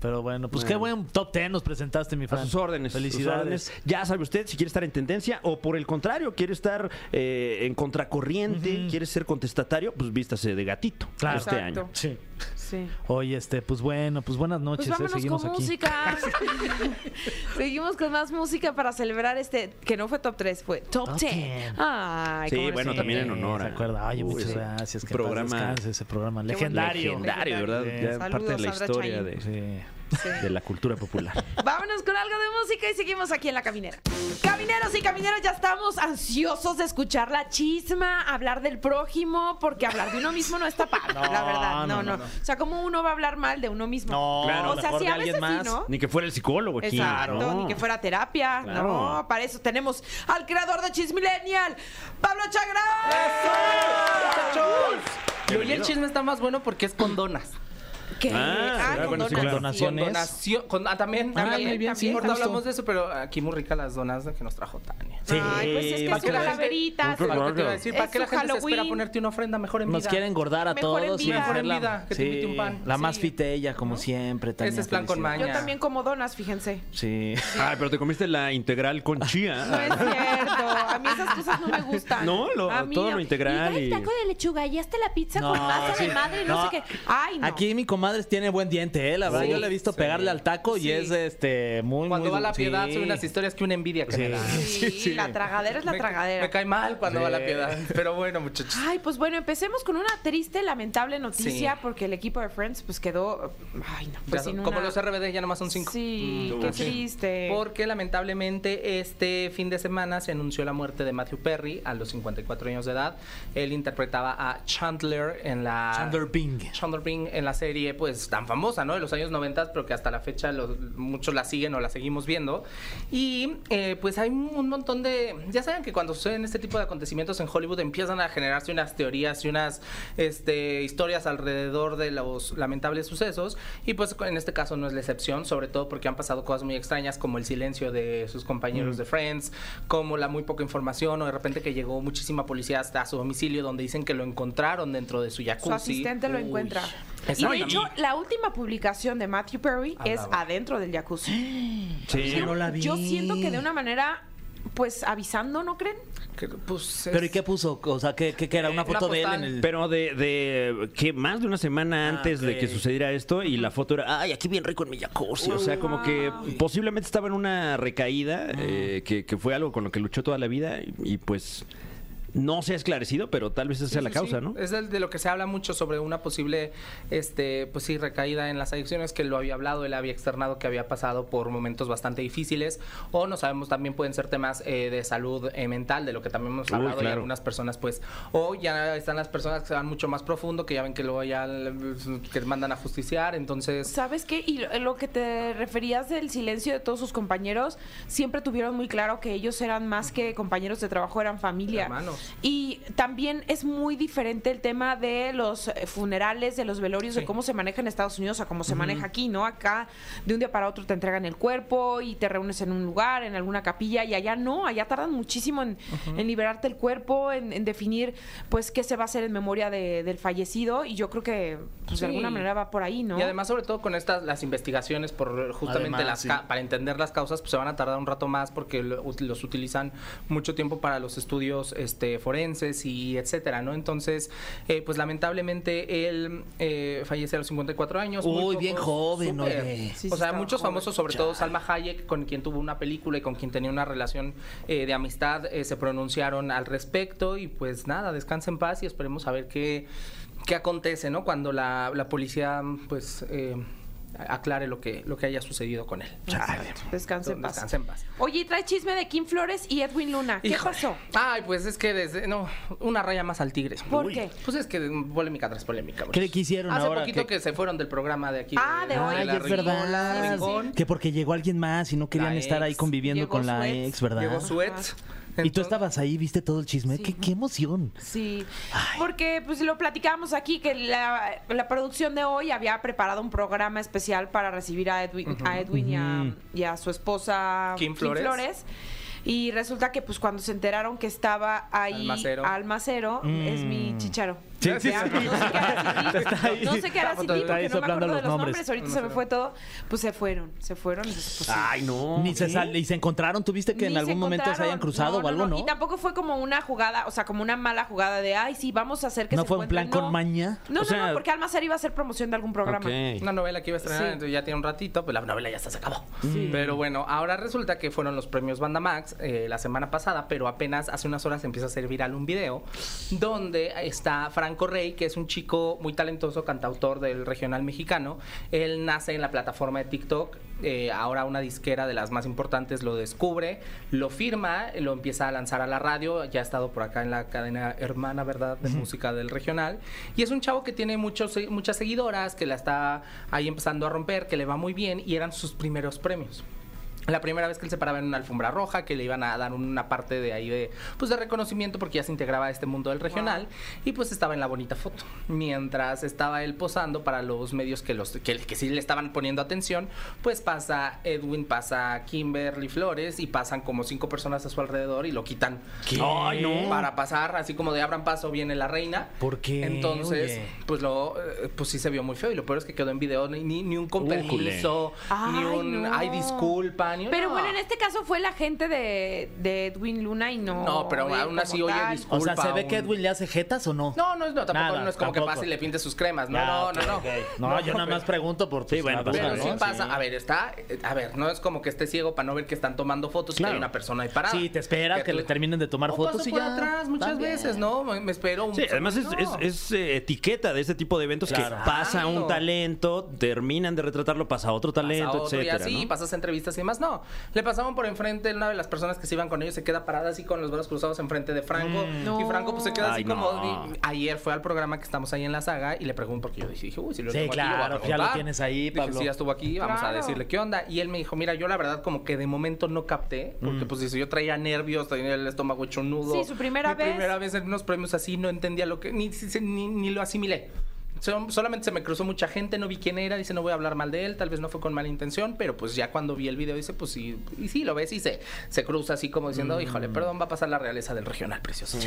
S2: Pero bueno, pues qué
S1: Bueno.
S2: buen top ten nos presentaste, mi
S1: A
S2: Fran.
S1: sus órdenes. sus
S2: Felicidades.
S1: órdenes. Ya sabe usted si quiere estar en tendencia o por el contrario, quiere estar eh, en contracorriente, quiere ser contestatario, pues vístase de gatito
S2: Claro.
S1: este
S3: Exacto.
S1: año.
S2: Sí.
S3: Sí.
S2: Oye, este, pues bueno, pues buenas noches.
S3: Pues
S2: eh,
S3: vámonos
S2: Seguimos
S3: con
S2: aquí. <laughs>
S3: música. Seguimos con más música para celebrar este, que no fue top 3, fue top,
S2: Top
S3: 10.
S2: 10.
S3: Ay,
S1: Sí,
S3: cómo les-
S1: bueno, también en honor
S2: ¿Se
S1: a-
S2: acuerda? Oye,
S1: Uy,
S2: muchas
S1: ese
S2: gracias. Que
S1: programa-
S2: programa. ese programa legendario.
S1: Legendario, ¿verdad?
S2: Sí.
S1: Ya
S3: Saludos,
S1: parte de la
S3: Sandra
S1: historia
S3: Chain.
S1: de,
S2: Sí.
S1: de la cultura popular.
S3: Vámonos con algo de música y seguimos aquí en la caminera. Camineros y camineras, ya estamos ansiosos de escuchar la chisma, hablar del prójimo, porque hablar de uno mismo no está padre, la verdad. No no, O sea, ¿cómo uno va a hablar mal de uno mismo?
S2: No,
S3: o sea,
S2: mejor
S3: sí,
S2: de
S3: a veces
S2: alguien
S3: sí,
S2: más.
S3: ¿no?
S1: Ni que fuera el psicólogo aquí.
S3: Exacto,
S1: ¿no?
S3: ni que fuera terapia.
S1: Claro.
S3: No, para eso tenemos al creador de Chismillennial, Pablo Chagrán.
S9: Y hoy el chisme está más bueno porque es con donas.
S3: ¿Qué?
S1: Ah, claro, bueno, sí, claro.
S3: donas, sí.
S9: Con
S2: ¿Donaciones?
S9: donación. Con, ah, también.
S3: Ah, muy
S9: también,
S3: bien, sí,
S9: Ahorita
S3: justo.
S9: hablamos de eso, pero aquí muy ricas las donas que nos trajo Tania.
S2: Sí.
S3: Ay, pues es que es
S9: ¿Para
S3: su
S9: qué la gente-
S3: calaverita.
S9: ¿Para qué te iba a decir? ¿Para
S3: Es
S9: qué la
S3: su
S9: gente se espera
S3: Halloween.
S9: ponerte una ofrenda mejor en vida?
S2: Nos quiere engordar a
S3: Mejor en
S2: todos.
S3: vida.
S2: y
S3: Mejor en
S2: hacerla-
S9: vida, que te invite un pan.
S2: La más
S9: Sí.
S2: fite ella, como siempre. Tania,
S9: Ese es plan con
S2: felicidades.
S9: maña.
S3: Yo también como donas, fíjense.
S2: Sí.
S1: Ay, pero te comiste la integral con
S3: No es
S1: <laughs> chía.
S3: cierto. A mí esas cosas no me gustan.
S1: <laughs> No, lo-
S3: A mí
S1: todo
S3: no.
S1: lo integral.
S8: Y
S1: y-
S8: el taco de lechuga y hasta la pizza
S2: No,
S8: con masa
S2: sí.
S8: de madre y no,
S2: No.
S8: sé qué.
S3: Ay, no.
S2: Aquí mi comadre tiene buen diente, ¿eh? La verdad,
S9: Sí,
S2: yo le he visto
S9: sí.
S2: pegarle al taco y es este muy
S9: Cuando
S2: muy-
S9: va la piedad,
S2: sí.
S9: son unas historias que una envidia que
S2: Sí.
S9: me da.
S3: Sí, la tragadera es la
S9: Me-
S3: tragadera.
S9: Me cae mal cuando
S2: Sí.
S9: va la piedad. Pero bueno, muchachos.
S3: Ay, pues bueno, empecemos con una triste, lamentable noticia
S9: Sí.
S3: porque el equipo de Friends pues quedó, ay no, pues
S9: Ya son-
S3: sin
S9: Como
S3: una-
S9: los RBD ya nomás son cinco.
S3: Sí, qué triste.
S9: Porque lamentablemente este fin de semana se anunció la muerte de Matthew Perry a los 54 años de edad. Él interpretaba a Chandler en la
S2: Chandler Bing.
S9: Chandler Bing en la serie pues tan famosa, ¿no? De los años 90, pero que hasta la fecha los- muchos la siguen o la seguimos viendo. Y eh, pues hay un un montón de... Ya saben que cuando suceden este tipo de acontecimientos en Hollywood empiezan a generarse unas teorías y unas este, historias alrededor de los lamentables sucesos. Y pues en este caso no es la excepción, sobre todo porque han pasado cosas muy extrañas como el silencio de sus compañeros de Friends, como la muy poca información o de repente que llegó muchísima policía hasta su domicilio donde dicen que lo encontraron dentro de su jacuzzi.
S3: su asistente lo encuentra. Y de
S9: Exactamente.
S3: hecho, la última publicación de Matthew Perry es
S9: Hablaba.
S3: adentro del jacuzzi.
S2: Sí. Yo no la vi.
S3: Yo siento que de una manera pues avisando, ¿no creen?
S9: Que, pues,
S2: Pero ¿y
S9: es-
S2: qué puso? O sea, ¿qué, qué, qué era? ¿Una
S9: Eh, Una
S2: foto de él en
S9: postal.
S2: <laughs> el...?
S1: Pero de, de que más de una semana
S3: Ah,
S1: antes de que sucediera esto y la foto era, ay, aquí bien rico en mi jacuzzi. O sea, como que posiblemente estaba en una recaída, eh, que, que fue algo con lo que luchó toda la vida y, y, pues no se ha esclarecido, pero tal vez esa sea la
S9: Sí,
S1: causa,
S9: sí.
S1: ¿no?
S9: Es del- de, lo que se habla mucho sobre una posible, este, pues sí, recaída en las adicciones, que lo había hablado, él había externado que había pasado por momentos bastante difíciles, o no sabemos, también pueden ser temas eh, de salud eh, mental, de lo que también hemos
S1: Uy,
S9: hablado, y
S1: claro.
S9: algunas personas, pues, o ya están las personas que se van mucho más profundo, que ya ven que luego ya eh, que mandan a justiciar, entonces...
S3: ¿Sabes qué? Y lo- lo que te referías del silencio de todos sus compañeros, siempre tuvieron muy claro que ellos eran más que compañeros de trabajo, eran familia.
S9: Hermanos.
S3: Y también es muy diferente el tema de los eh, funerales, de los velorios, de cómo se maneja en Estados Unidos a cómo se maneja aquí, ¿no? Acá de un día para otro te entregan el cuerpo y te reúnes en un lugar, en alguna capilla, y allá no, allá tardan muchísimo en, en liberarte el cuerpo, en, en definir pues qué se va a hacer en memoria de- del fallecido, y yo creo que pues, de
S9: Sí.
S3: alguna manera va por ahí, ¿no?
S9: Y además, sobre todo con estas, las investigaciones, por justamente
S2: Además,
S9: las
S2: sí.
S9: ca- para entender las causas, pues se van a tardar un rato más porque lo- ut- los utilizan mucho tiempo para los estudios este, forenses y etcétera, ¿no? Entonces, eh, pues lamentablemente él eh, fallece a los 54 años. muy
S2: Uy, bien joven,
S9: súper.
S2: oye.
S3: Sí, sí,
S9: o sea,
S3: estaba
S9: muchos
S3: joven.
S9: famosos, sobre todo Salma Hayek, con quien tuvo una película y con quien tenía una relación eh, de amistad, eh, se pronunciaron al respecto y pues nada, descansa en paz y esperemos a ver qué, qué acontece, ¿no? Cuando la, la policía, pues, eh, aclare lo que, lo que haya sucedido con él.
S3: Descansa en paz.
S9: Descansa en paz.
S3: Oye, y trae chisme de Kim Flores y Edwin Luna. ¿Qué
S9: Híjole.
S3: pasó?
S9: Ay, pues es que desde, no, una raya más al tigre.
S3: ¿Por qué?
S9: Pues es que mm, polémica tras polémica.
S2: ¿Qué le
S9: muchachos.
S2: quisieron
S9: Hace
S2: ahora?
S9: poquito
S2: ¿Qué-
S9: que se fueron del programa de aquí.
S3: Ah, de hoy.
S2: Ay,
S9: la
S2: es verdad.
S9: Rincón.
S2: Que porque llegó alguien más y no querían
S9: La
S2: estar ahí
S9: ex.
S2: conviviendo
S3: Llegó
S2: con la
S3: su ex.
S2: ex, ¿verdad?
S9: Llegó su ex.
S3: Ah.
S2: Y tú
S9: Entonces-
S2: estabas ahí, viste todo el chisme.
S3: Sí.
S2: ¿Qué, qué emoción!
S3: Sí, porque pues lo platicamos aquí, que la, la producción de hoy había preparado un programa especial para recibir a Edwin, a Edwin y, a, y a su esposa
S9: Kim Flores.
S3: Y resulta que pues cuando se enteraron que estaba ahí
S9: Almacero. Ah,
S3: Almacero, es mi chicharo.
S2: Mm. Sí,
S3: O
S2: sí,
S3: sea,
S2: sí.
S3: No sé qué hará sin
S2: Está
S3: ti.
S2: ahí.
S3: No sé qué hará sin ti,
S2: Está ahí
S3: porque no me
S2: soplando
S3: acuerdo de
S2: los
S3: los
S2: nombres. Ah.
S3: nombres. Ahorita se me fue todo. Pues se fueron, se fueron. Entonces, pues, sí.
S1: Ay, no.
S2: Ni se
S1: ¿Qué?
S2: sal- y se encontraron, ¿tuviste que en
S3: Ni se
S2: algún momento se
S3: encontraron.
S2: hayan cruzado
S3: No,
S2: o algo, no?
S3: Y tampoco fue como una jugada, o sea, como una mala jugada de, ay, sí, vamos a hacer que
S2: ¿No
S3: se
S2: fue un plan
S3: encuentren",
S2: con
S3: no.
S2: maña?
S3: No,
S1: O
S3: no,
S1: sea-
S3: no, porque Almacer iba a hacer promoción de algún programa.
S1: Ok.
S9: Una novela que iba a estrenar,
S3: Sí.
S9: entonces ya tiene un ratito, pues la novela ya hasta se acabó. Pero bueno, ahora resulta que fueron los premios Banda Max eh, la semana pasada, pero apenas hace unas horas empieza a ser viral un video donde está Franco Rey, que es un chico muy talentoso, cantautor del regional mexicano. Él nace en la plataforma de TikTok, eh, ahora una disquera de las más importantes lo descubre, lo firma, lo empieza a lanzar a la radio, ya ha estado por acá en la cadena hermana, ¿verdad?, de música del regional. Y es un chavo que tiene muchos, se- muchas seguidoras, que la está ahí empezando a romper, que le va muy bien y eran sus primeros premios. La primera vez que él se paraba en una alfombra roja, que le iban a dar una parte de ahí de, pues de reconocimiento porque ya se integraba a este mundo del regional y pues estaba en la bonita foto. Mientras estaba él posando para los medios que, los, que, que sí le estaban poniendo atención, pues pasa Edwin, pasa Kimberly Flores y pasan como cinco personas a su alrededor y lo quitan.
S1: Ay, no.
S9: Para pasar, así como de abran paso, viene la reina.
S2: ¿Por qué?
S9: Entonces,
S2: Oye.
S9: pues lo, eh, pues sí se vio muy feo y lo peor es que quedó en video, ni, ni, ni un con permiso, ni
S3: Ay,
S9: un,
S3: no.
S9: ay, disculpa, ni un-
S3: Pero
S9: no.
S3: bueno, en este caso fue la gente de, de Edwin Luna y no.
S9: No, pero
S3: él
S9: aún
S3: como
S9: así, oye,
S3: tal.
S9: disculpa.
S2: O sea, ¿se ve
S9: un-
S2: que Edwin le hace jetas o no?
S9: No, no, es- no, tampoco
S2: Nada,
S9: no es como
S2: tampoco.
S9: que pase y le pinte sus cremas. No,
S2: Ya,
S9: no,
S2: ok,
S9: no, no.
S2: ok. No, yo nada más pregunto por tus
S1: Sí, bueno,
S2: tapas,
S9: Pero
S1: Claro,
S9: sí
S1: ¿no?
S9: pasa, a ver, está, eh, a ver, no es como que esté ciego para no ver que están tomando fotos y que
S1: Claro.
S9: hay una persona ahí parada.
S2: Sí, te esperas que
S9: tú-
S2: le terminen de tomar
S9: O
S2: fotos
S9: paso
S2: y
S9: por
S2: ya,
S9: atrás muchas
S2: también.
S9: veces, ¿no? Me, me espero. un-
S1: Sí, además es,
S9: No.
S1: es- es, eh, etiqueta de este tipo de eventos
S2: Claro.
S1: que pasa un
S9: Claro.
S1: talento, terminan de retratarlo, pasa otro talento,
S9: pasa otro
S1: etcétera.
S9: y así,
S1: ¿no?
S9: pasas entrevistas y demás. No, le pasaban por enfrente una de las personas que se iban con ellos, se queda parada así con los brazos cruzados enfrente de Franco. Y
S2: Mm.
S3: No.
S9: Franco pues se queda
S1: Ay,
S9: así como...
S1: no.
S9: y ayer fue al programa que estamos ahí en la saga y le pregunto porque yo dije, dije, uy, si lo
S2: Sí,
S9: tengo aquí, le voy a
S2: claro, ya lo
S9: preguntar".
S2: tienes ahí,
S9: Dije,
S2: Pablo.
S9: "Sí, ya estuvo aquí, vamos
S3: Claro.
S9: a decirle qué onda. Y él me dijo, mira, yo la verdad como que de momento no capté,
S2: Mm.
S9: porque pues dice, yo traía nervios, tenía el estómago hecho un nudo.
S3: Sí, su primera
S9: Mi
S3: vez.
S9: primera vez en unos premios así, no entendía lo que... Ni, ni, ni lo asimilé. Sol- Solamente se me cruzó mucha gente, no vi quién era, dice no voy a hablar mal de él, tal vez no fue con mala intención, pero pues ya cuando vi el video dice pues sí, y sí, lo ves y se, se cruza así como diciendo,
S2: Mm.
S9: híjole, perdón, va a pasar la realeza del regional, precioso.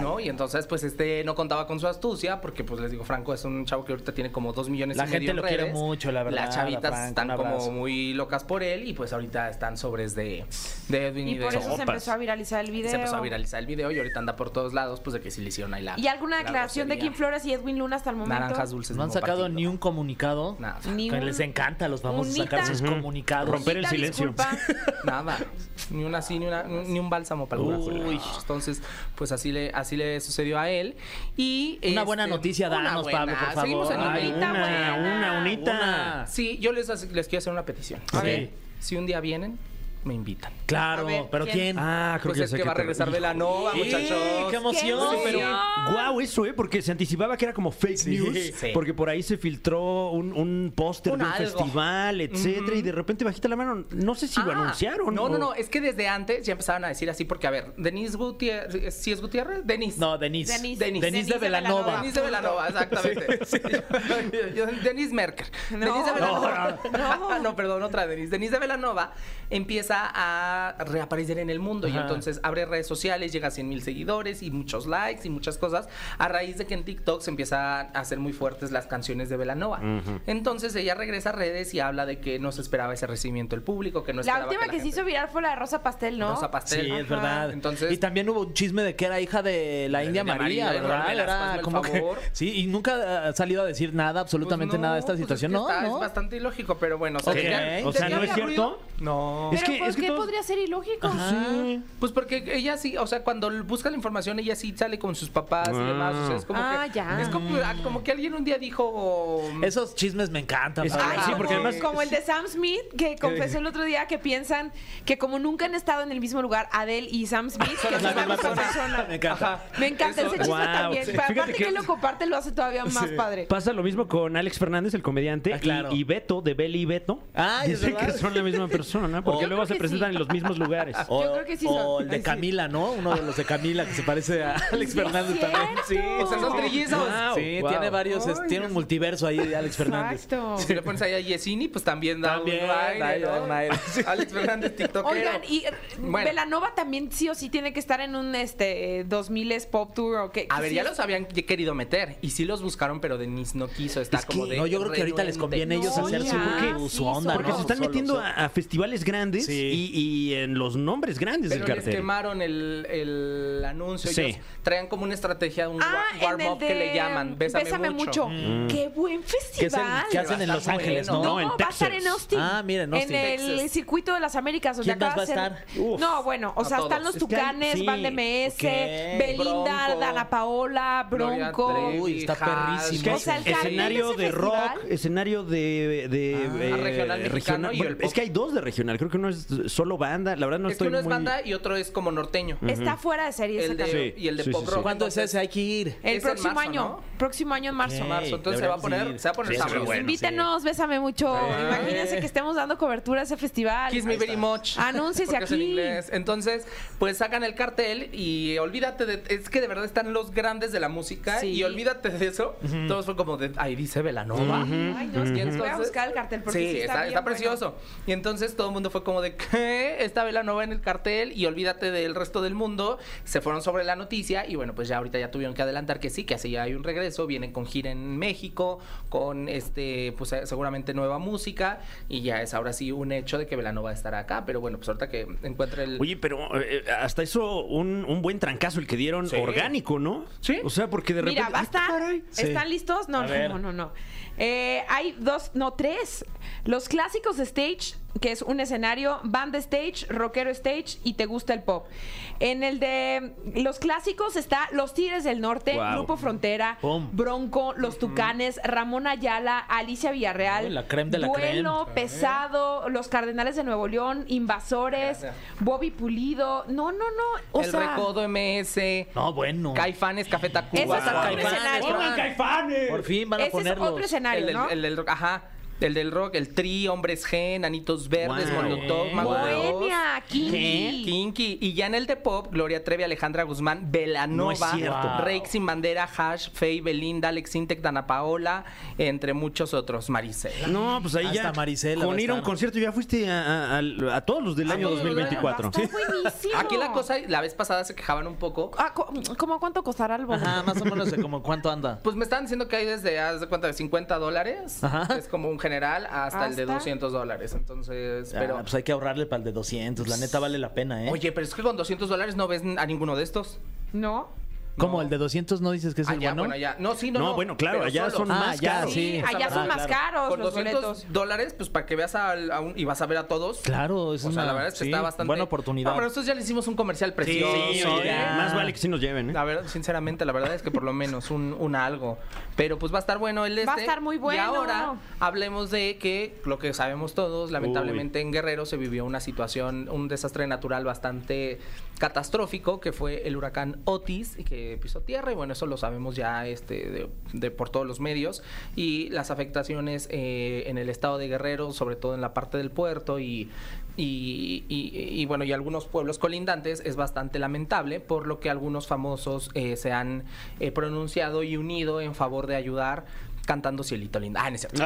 S9: ¿No? Y entonces pues este no contaba con su astucia, porque pues les digo, Franco es un chavo que ahorita tiene como dos millones
S2: La
S9: y medio
S2: gente
S9: en
S2: lo quiere
S9: redes.
S2: mucho, la verdad,
S9: Las chavitas
S2: Franco, un
S9: están
S2: abrazo.
S9: como muy locas por él y pues ahorita están sobres de, de Edwin y,
S3: Y
S9: de
S3: por eso se
S1: Sopas.
S3: empezó a viralizar el video.
S9: se empezó a viralizar el video y ahorita anda por todos lados, pues de que sí le hicieron ahí la.
S3: ¿Y alguna
S9: la
S3: declaración de
S9: grosería.
S3: Kim Flores y Edwin Luna hasta el momento?
S9: Naranjas dulces.
S2: Pues No han
S9: como
S2: sacado
S9: partido.
S2: ni un comunicado.
S9: Nada.
S3: Ni
S2: Que
S3: un-
S2: les encanta a los vamos a
S3: unita.
S2: sacar sus
S1: Ujú.
S2: comunicados.
S1: Romper el
S3: Unita
S1: silencio.
S2: <laughs>
S3: disculpa.
S9: <laughs> Nada. Ni una así, ni, una- ni un bálsamo para el corazón.
S1: Uy.
S9: Entonces, pues así le, así le sucedió a él. Y este,
S2: Una buena noticia,
S9: una
S2: danos, Pablo, por favor.
S9: Seguimos en
S1: Ay,
S9: unita.
S3: Unita
S1: una,
S3: buena.
S1: una, unita.
S9: Sí, yo les, les quiero hacer una petición.
S2: A ver.
S9: Si un día vienen me invitan.
S2: Claro,
S3: A ver,
S2: pero
S3: ¿quién?
S2: ¿quién?
S1: Ah, creo
S9: Pues
S1: que
S9: es que va a regresar Velanova, muchachos.
S2: ¡Qué emoción!
S5: emoción!
S2: Pero
S1: Wow, eso, ¿eh? Porque se anticipaba que era como fake news.
S9: Sí.
S1: Porque por ahí se filtró un, un póster
S9: Un
S1: de un
S9: algo.
S1: festival, etcétera. Y de repente, bajita la mano, no sé si lo
S9: Ah,
S1: anunciaron.
S9: No, no,
S1: o-
S9: no. Es que desde antes ya empezaban a decir así, porque a ver, Denise Gutiérrez. ¿Sí es Gutiérrez? Denise.
S2: No, Denise.
S3: Denise.
S9: Denise.
S2: de Velanova.
S9: Denise de
S3: <laughs>
S9: Velanova, exactamente. <laughs> Yo- Denise Merker. Denise de Velanova. <laughs> No, perdón, otra Denise. Denise de Velanova empieza a reaparecer en el mundo y
S2: Ajá.
S9: entonces abre redes sociales, llega a 100 mil seguidores y muchos likes y muchas cosas a raíz de que en TikTok se empiezan a hacer muy fuertes las canciones de Velanova. Entonces ella regresa a redes y habla de que no se esperaba ese recibimiento del público, que
S3: La
S9: no esperaba
S3: última que,
S9: la
S3: se
S9: gente-
S3: hizo viral fue la de Rosa Pastel, ¿no?
S9: Rosa Pastel.
S2: Sí, es
S9: Ajá.
S2: verdad.
S9: Entonces,
S2: y también hubo un chisme de que era hija de la
S9: de
S2: India
S9: María,
S2: María,
S9: de
S2: ¿verdad?
S9: Ornelas,
S2: Era
S9: hazme el
S2: como que-
S9: favor.
S2: sí, y nunca ha salido a decir nada, absolutamente
S9: Pues no,
S2: nada de esta
S9: pues es
S2: situación.
S9: que
S2: no,
S9: está-
S2: no.
S9: Es bastante ilógico, pero bueno.
S2: Ok.
S9: tenía-
S1: O sea,
S9: tenía
S1: ¿no es
S9: ruido.
S1: cierto?
S9: No.
S1: Es
S8: Pero
S1: que-
S3: pues,
S8: ¿por
S1: es que
S8: qué
S1: todo-
S8: podría ser ilógico?
S2: Sí.
S9: Pues porque ella sí, o sea, cuando busca la información, ella sí sale con sus papás y demás. O sea, es como
S5: Ah,
S9: que,
S5: ya.
S9: Es como, ah, como que alguien un día dijo... mm,
S2: Esos chismes me encantan.
S1: Es-
S2: padre.
S3: Ah,
S1: Sí,
S3: como,
S1: porque además-
S3: como el de Sam Smith, que confesó el otro día que piensan que como nunca han estado en el mismo lugar Adele y Sam Smith, que son
S2: la
S3: la
S2: misma
S3: misma
S2: persona.
S3: persona.
S2: Me encanta.
S3: Me encanta ese chiste
S1: Guau,
S3: también.
S1: sí.
S3: Pero
S1: Fíjate
S3: aparte que...
S1: que-
S3: él lo comparte, lo hace todavía más padre.
S1: Pasa lo mismo con Alex Fernández, el comediante,
S2: Ah, claro.
S1: y, y Beto, de Beli y Beto.
S2: Ay, es
S1: Dicen que
S2: verdad.
S1: son la misma persona,
S2: Yo
S1: porque
S2: creo
S1: luego se
S8: que
S1: presentan
S8: sí.
S1: en los mismos lugares.
S2: O,
S3: Yo creo que sí
S2: o
S3: son.
S2: el de
S3: Ay, sí.
S2: Camila, ¿no? Uno de los de Camila que se parece a Alex Fernández también.
S9: Sí, o sea, son trillizos.
S1: Guau.
S2: Sí, tiene varios, es- tiene un multiverso ahí de Alex Fernández.
S3: Exacto.
S9: <laughs> Si le pones ahí a Yesini, pues también da
S2: También,
S9: un aire,
S2: ahí da
S9: ¿no?
S2: un aire.
S9: <laughs> Alex Fernández, TikTok.
S3: Oigan, y eh,
S9: Bueno.
S3: Belanova también sí o sí tiene que estar en un este eh, 2000 s pop tour o qué.
S9: A ver,
S3: sí
S9: ya
S3: es-
S9: los habían querido meter. Y sí los buscaron, pero Denise no quiso. Está
S2: Es que,
S9: como de.
S2: no, yo creo que ahorita les
S9: renuente.
S2: conviene a ellos
S3: No,
S2: hacer su,
S3: ya,
S2: su
S3: sí,
S1: <laughs>
S2: onda,
S1: Porque
S2: ¿no?
S1: se están
S2: Solos,
S1: metiendo
S2: solos.
S1: a, a festivales grandes
S2: Sí.
S1: y, y en los nombres grandes
S9: Pero
S1: del
S9: les
S1: cartel.
S9: quemaron el, el anuncio.
S1: Sí.
S9: Ellos traían como una estrategia, un
S3: Ah,
S9: wa-
S3: en el
S9: warm-up
S3: de
S9: que le llaman. Bésame, mucho. Mm.
S3: Qué buen
S2: ¿Qué, es el-
S3: festival.
S2: qué hacen en
S9: Está
S2: Los Ángeles,
S9: bueno.
S2: no?
S3: No,
S1: en
S3: va
S1: Texas.
S3: a estar en Austin.
S2: Ah, mira, en Austin.
S3: el
S9: Texas.
S3: circuito de las Américas. Donde
S2: ¿Quién más
S3: acaba de
S2: va a
S3: ser-
S2: estar? Uf.
S3: No, bueno, o
S9: A
S3: sea, están
S9: todos.
S3: los
S9: Es
S1: que hay-
S3: Tucanes,
S1: sí.
S3: Van de MS,
S2: Ok.
S3: Belinda,
S9: Bronco.
S3: Dana Paola,
S9: Gloria
S3: Bronco.
S9: Trevi,
S2: Uy, está
S9: Hash.
S2: perrísimo.
S3: O sea, el cartel
S1: escenario
S3: de
S1: de,
S3: ese
S1: rock,
S3: festival-
S1: escenario de, de, eh,
S9: Ah, regional mexicano y el
S1: Bueno,
S9: pop.
S1: es que hay dos de regional, creo que uno es solo banda, la verdad no
S9: es que
S1: estoy
S9: uno es
S1: muy
S9: banda y otro es como norteño.
S3: Está fuera de serie ese
S9: El de,
S3: cartel.
S1: Sí,
S9: y el de
S1: sí,
S9: pop
S1: sí, sí.
S9: rock.
S2: ¿Cuándo es
S9: Entonces,
S2: ese? Hay que ir.
S3: El
S9: Es en
S3: próximo
S9: marzo,
S3: año.
S9: ¿no?
S3: Próximo año en marzo.
S2: Ok.
S9: marzo, entonces se va a poner,
S2: Deberíamos ir.
S9: se va a poner
S2: Sí,
S9: sabroso.
S2: bueno,
S3: Invítenos, bésame mucho. Imagínense que estemos dando cobertura a ese festival.
S9: Kiss me very much. <laughs>
S3: Anúnciese
S9: Porque es en
S3: aquí.
S9: inglés. Entonces, pues sacan el cartel y olvídate de. Es que de verdad están los grandes de la música
S3: Sí.
S9: y olvídate de eso. Todos fue como de. Ahí dice Velanova.
S3: Ay, no, es que les voy a buscar el cartel porque
S9: sí,
S3: sí está
S9: está,
S3: bien
S9: está
S3: bueno.
S9: precioso. Y entonces todo el mundo fue como de ¿qué? Esta Velanova en el cartel y olvídate del resto del mundo. Se fueron sobre la noticia y bueno, pues ya ahorita ya tuvieron que adelantar que sí, que así ya hay un regreso. Vienen con gira en México, con este, pues eh, seguramente nueva música. Y ya es ahora sí un hecho de que Velanova estará acá. Pero bueno, pues ahorita que encuentre el.
S1: Oye, pero eh, hasta eso un, un buen trancazo el que dieron
S9: Sí.
S1: orgánico, ¿no?
S9: Sí.
S1: O sea, porque de repente
S3: Mira, basta.
S1: ¡Ah, caray!
S3: ¿Están listos? No,
S2: A ver.
S3: no, no, no. no. Eh, hay dos, no, tres. Los clásicos de stage, que es un escenario, band stage, rockero stage y te gusta el pop. En el de los clásicos está Los Tigres del Norte,
S1: Wow.
S3: Grupo Frontera,
S2: Pum.
S3: Bronco, Los Tucanes, Ramón Ayala, Alicia Villarreal,
S2: Uy, la creme de la
S3: Duelo,
S2: creme.
S3: Pesado, Los Cardenales de Nuevo León, Invasores,
S9: Gracias.
S3: Bobby Pulido. No, no, no. O
S9: el
S3: sea,
S9: Recodo MS.
S2: No, bueno.
S9: Caifanes, Café Tacuba.
S3: Eso es otro
S9: Caifanes,
S3: escenario.
S9: Fran.
S3: ¡Pongan
S2: Por fin van a
S3: ese es
S2: ponerlos.
S3: otro escenario,
S9: El del-
S3: ¿no?
S9: el del rock, ajá. El del rock, el tri, hombres G, nanitos verdes,
S1: Wow.
S9: molotov, mago de Oz.
S3: Bohemia, Kinky.
S9: Kinky. Y ya en el de pop, Gloria Trevi, Alejandra Guzmán, Belanova,
S1: No es cierto.
S9: Reik sin bandera, Hash, Faye, Belinda, Alex Intec, Dana Paola, entre muchos otros, Maricela.
S1: No, pues ahí
S2: Hasta
S1: ya.
S2: Marisela va
S1: con
S2: a
S1: ir a un
S2: estar.
S1: concierto ya fuiste a, a- a- a todos los del
S9: A
S1: año
S9: todos los del año.
S1: 2024.
S8: Está buenísimo.
S9: Aquí la cosa, la vez pasada se quejaban un poco.
S3: Ah, co- ¿Cómo cuánto costará el boleto?
S2: Ajá, más o menos de como cuánto anda.
S9: Pues me estaban diciendo que hay desde, haz de cuenta, de 50 dólares,
S2: Ajá.
S9: es como un general, hasta, el de
S3: Hasta-
S9: 200 dólares. Entonces, pero...
S2: Pero pues hay que ahorrarle para el de 200. La neta vale la pena, ¿eh?
S9: Oye, pero es que con 200 dólares no ves a ninguno de estos.
S3: ¿No? Ah,
S2: ¿Cómo?
S9: No.
S2: ¿El de 200 no dices que es el
S9: allá,
S2: bueno?
S9: bueno, allá. No, sí, no.
S1: No, bueno, claro,
S9: pero
S1: allá
S9: solo.
S1: son
S2: Ah,
S1: más
S2: ya,
S1: caros.
S2: sí. Ah,
S9: o sea,
S3: allá son
S9: para-
S3: más caros
S9: Con
S3: los
S9: 200
S3: boletos.
S9: dólares, pues para que veas al- a, un- y vas a ver a todos.
S2: Claro, es
S9: o sea,
S2: una-
S9: la verdad es que
S2: sí,
S9: está bastante.
S2: buena oportunidad.
S9: Ah, pero nosotros ya le hicimos un comercial precioso.
S1: Sí,
S9: ¿eh?
S1: oye, más vale que sí nos lleven, ¿eh?
S9: La verdad, sinceramente, la verdad es que por lo menos un, un algo. Pero pues va a estar bueno el este.
S3: a estar muy bueno.
S9: Y ahora hablemos de que lo que sabemos todos, lamentablemente en Guerrero se vivió una situación, un desastre natural bastante catastrófico, que fue el huracán Otis, y que pisó tierra, y bueno, eso lo sabemos ya este, de, de por todos los medios. Y las afectaciones eh, en el estado de Guerrero, sobre todo en la parte del puerto y y, y- y, bueno, y algunos pueblos colindantes es bastante lamentable, por lo que algunos famosos eh, se han eh, pronunciado y unido en favor de ayudar cantando Cielito Lindo. Ah, no es cierto.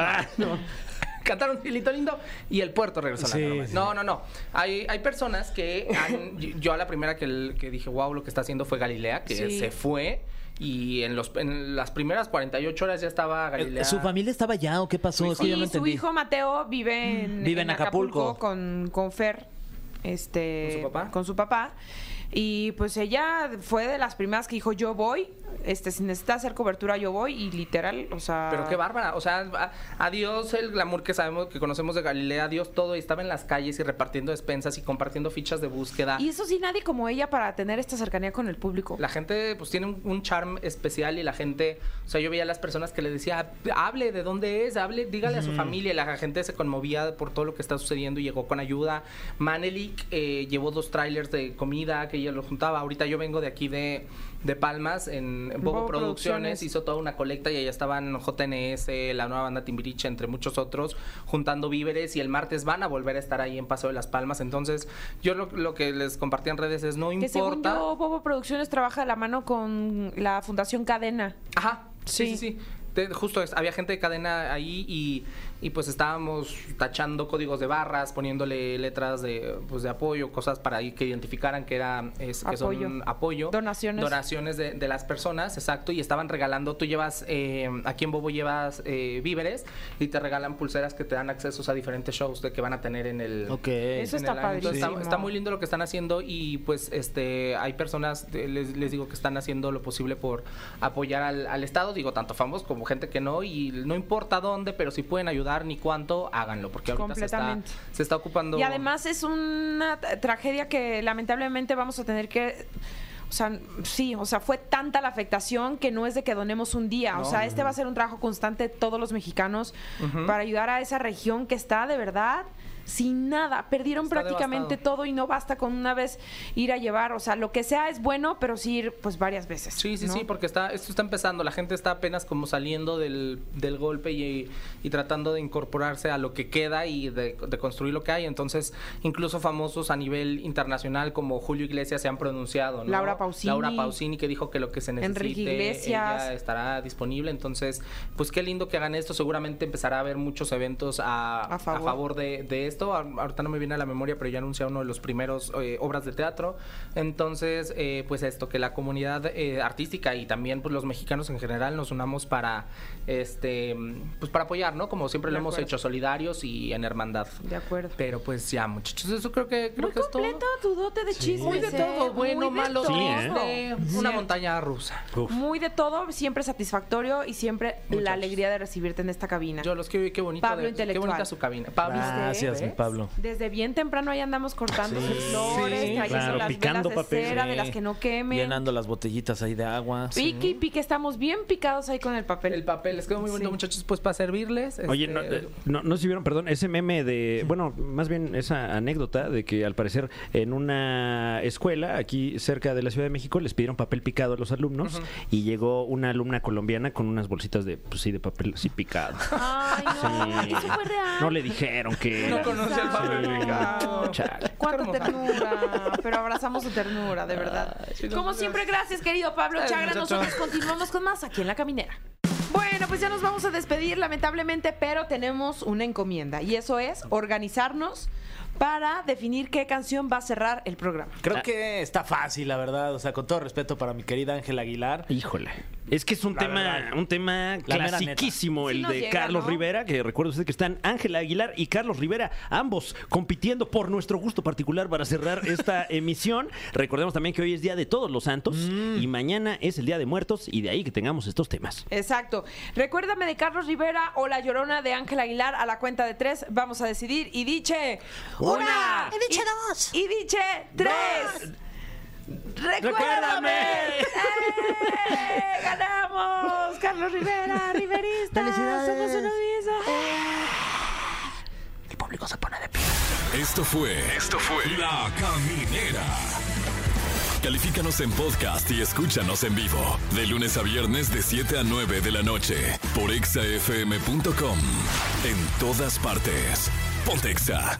S9: Cantaron Cielito Lindo y el puerto regresó a la
S2: Sí,
S9: normalidad.
S2: sí.
S9: No, no, no. Hay, hay personas que han- yo a la primera que, el- que dije, wow, lo que está haciendo fue Galilea, que
S3: Sí.
S9: se fue y en, los, en las primeras 48 horas ya estaba Galilea.
S2: Eh, ¿Su familia estaba allá o qué pasó? Es que
S3: Sí,
S2: yo no
S3: su
S2: entendí.
S3: hijo Mateo vive en,
S2: Vive en Acapulco.
S3: con, con Fer. Este,
S9: ¿Con su papá?
S3: Con su papá. Y pues ella fue de las primeras que dijo, yo voy, este, si necesita hacer cobertura, yo voy. Y literal, o sea...
S9: Pero qué bárbara, o sea, a- adiós el glamour que sabemos, que conocemos de Galilea, adiós todo, y estaba en las calles y repartiendo despensas y compartiendo fichas de búsqueda.
S3: Y eso sí, nadie como ella para tener esta cercanía con el público.
S9: La gente pues tiene un, un charm especial y la gente, o sea, yo veía a las personas que le decía, hable de dónde es, hable, dígale a su familia, y la gente se conmovía por todo lo que está sucediendo y llegó con ayuda. Manelik eh, llevó dos trailers de comida que ella lo juntaba, ahorita yo vengo de aquí de, de Palmas, en Bobo,
S3: Bobo
S9: Producciones,
S3: Producciones.
S9: hizo toda una colecta y allá estaban JNS, la nueva banda Timbiriche, entre muchos otros, juntando víveres y el martes van a volver a estar ahí en Paseo de las Palmas, entonces yo lo, lo que les compartí en redes es no
S3: que según
S9: importa.
S3: yo, Bobo Producciones trabaja de la mano con la Fundación Cadena.
S9: Ajá, sí,
S3: Sí.
S9: sí, sí. Te- justo es- había gente de cadena ahí y, y, pues estábamos tachando códigos de barras, poniéndole letras de, pues, de apoyo, cosas para ahí que identificaran que era es- que son
S3: Apoyo.
S9: apoyo.
S3: Donaciones.
S9: Donaciones de, de las personas, exacto. Y estaban regalando, tú llevas, eh, aquí en Bobo llevas eh, víveres y te regalan pulseras que te dan accesos a diferentes shows de que van a tener en el,
S2: Ok.
S3: Eso
S9: en
S3: está
S9: el año. Entonces,
S3: padrísimo.
S9: Está, está muy lindo lo que están haciendo y pues este hay personas, eh, les, les digo que están haciendo lo posible por apoyar al, al Estado, digo, tanto famosos como gente que no, y no importa dónde, pero si pueden ayudar ni cuánto, háganlo, porque ahorita se está,
S3: Completamente.
S9: se está ocupando...
S3: Y además es una t- tragedia que lamentablemente vamos a tener que... O sea, sí, o sea, fue tanta la afectación que no es de que donemos un día. o
S9: No.
S3: sea, este va a ser un trabajo constante de todos los mexicanos para ayudar a esa región que está de verdad sin nada. Perdieron
S9: Está
S3: prácticamente
S9: devastado.
S3: todo y no basta con una vez ir a llevar. O sea, lo que sea es bueno, pero sí ir pues varias veces.
S9: Sí, sí,
S3: ¿no?
S9: sí, porque está, esto está empezando, la gente está apenas como saliendo del, del golpe y, y tratando de incorporarse a lo que queda y de, de construir lo que hay. Entonces, incluso famosos a nivel internacional como Julio Iglesias se han pronunciado, ¿no?
S3: Laura Pausini.
S9: Laura Pausini que dijo que lo que se necesite
S3: Enrique Iglesias.
S9: ella estará disponible. Entonces, pues qué lindo que hagan esto. Seguramente empezará a haber muchos eventos a,
S3: A favor.
S9: de, de esto. A- Ahorita no me viene a la memoria, pero ya anuncié uno de los primeros eh, obras de teatro. Entonces, eh, pues esto, que la comunidad eh, artística y también pues los mexicanos en general nos unamos para este pues para apoyar, ¿no? Como siempre lo
S3: De
S9: hemos
S3: acuerdo.
S9: hecho, solidarios y en hermandad.
S3: De acuerdo.
S9: Pero pues ya, muchachos, eso creo que creo
S3: Muy
S9: que es todo.
S3: completo tu dote de chismes.
S9: Muy de
S3: ¿eh?
S9: todo,
S3: Muy
S9: bueno,
S3: de
S9: malo,
S3: todo. ¿eh?
S9: triste, una montaña rusa.
S3: Muy de todo, siempre satisfactorio y siempre
S9: Muchachos.
S3: la alegría de recibirte en esta cabina.
S9: Yo los quiero y qué bonito.
S3: Pablo
S9: de- qué
S3: intelectual.
S9: bonita su cabina. Pablo. ¿Eh?
S2: Gracias, mi
S9: ¿ves?
S2: Ah, Pablo.
S3: Desde bien temprano ahí andamos cortando sus flores,
S9: Sí,
S3: trayendo
S9: claro,
S3: las velas de cera, de las que no quemen.
S2: Llenando las botellitas ahí de agua.
S3: Pique y pique, estamos bien picados ahí con el papel.
S9: El papel les quedó muy bonito,
S3: Sí.
S9: muchachos, pues para servirles.
S1: Oye,
S9: este,
S1: no, eh, no, no sé si vieron, perdón, ese meme de, bueno, más bien esa anécdota de que al parecer en una escuela aquí cerca de la Ciudad de México les pidieron papel picado a los alumnos y llegó una alumna colombiana con unas bolsitas de, pues sí, de papel así picado.
S8: Ay, no,
S1: Sí.
S8: eso fue real.
S1: No le dijeron que...
S9: No
S1: era.
S9: conoce el papel
S1: Sí.
S9: picado.
S1: Chale.
S3: Cuánta
S9: Qué hermosa.
S3: ternura, pero abrazamos su ternura, de verdad.
S9: Ay, sí, no,
S3: Como
S9: gracias.
S3: siempre, gracias, querido Pablo
S9: Ay,
S3: Chagra.
S9: muchacho.
S3: Nosotros continuamos con más aquí en La Caminera. Bueno, pues ya nos vamos a despedir, lamentablemente, pero tenemos una encomienda y eso es organizarnos para definir qué canción va a cerrar el programa.
S2: Creo que está fácil, la verdad. O sea, con todo respeto para mi querida Ángela Aguilar.
S1: Híjole. Es que es un tema, un tema
S2: La mera neta.
S1: clasiquísimo,
S3: Sí
S1: el
S3: nos
S1: de
S3: llega,
S1: Carlos
S3: ¿no?
S1: Rivera, que recuerdo usted que están Ángela Aguilar y Carlos Rivera, ambos compitiendo por nuestro gusto particular para cerrar
S2: <laughs>
S1: esta emisión. Recordemos también que hoy es Día de Todos los Santos
S2: Mm.
S1: y mañana es el Día de Muertos y de ahí que tengamos estos temas.
S3: Exacto. Recuérdame de Carlos Rivera o La Llorona de Ángel Aguilar a la cuenta de tres. Vamos a decidir. Y diche... ¡Una!
S8: Y diche
S3: y-
S8: dos.
S3: Y diche tres. ¡Recuérdame! ¡Eh! ¡Ganamos! ¡Carlos Rivera, Riverista! ¡Somos uno mismo!
S7: Esto fue. Esto fue. La Caminera. Califícanos en podcast y escúchanos en vivo. De lunes a viernes, de 7 a 9 de la noche. Por exafm.com. En todas partes. Pontexa.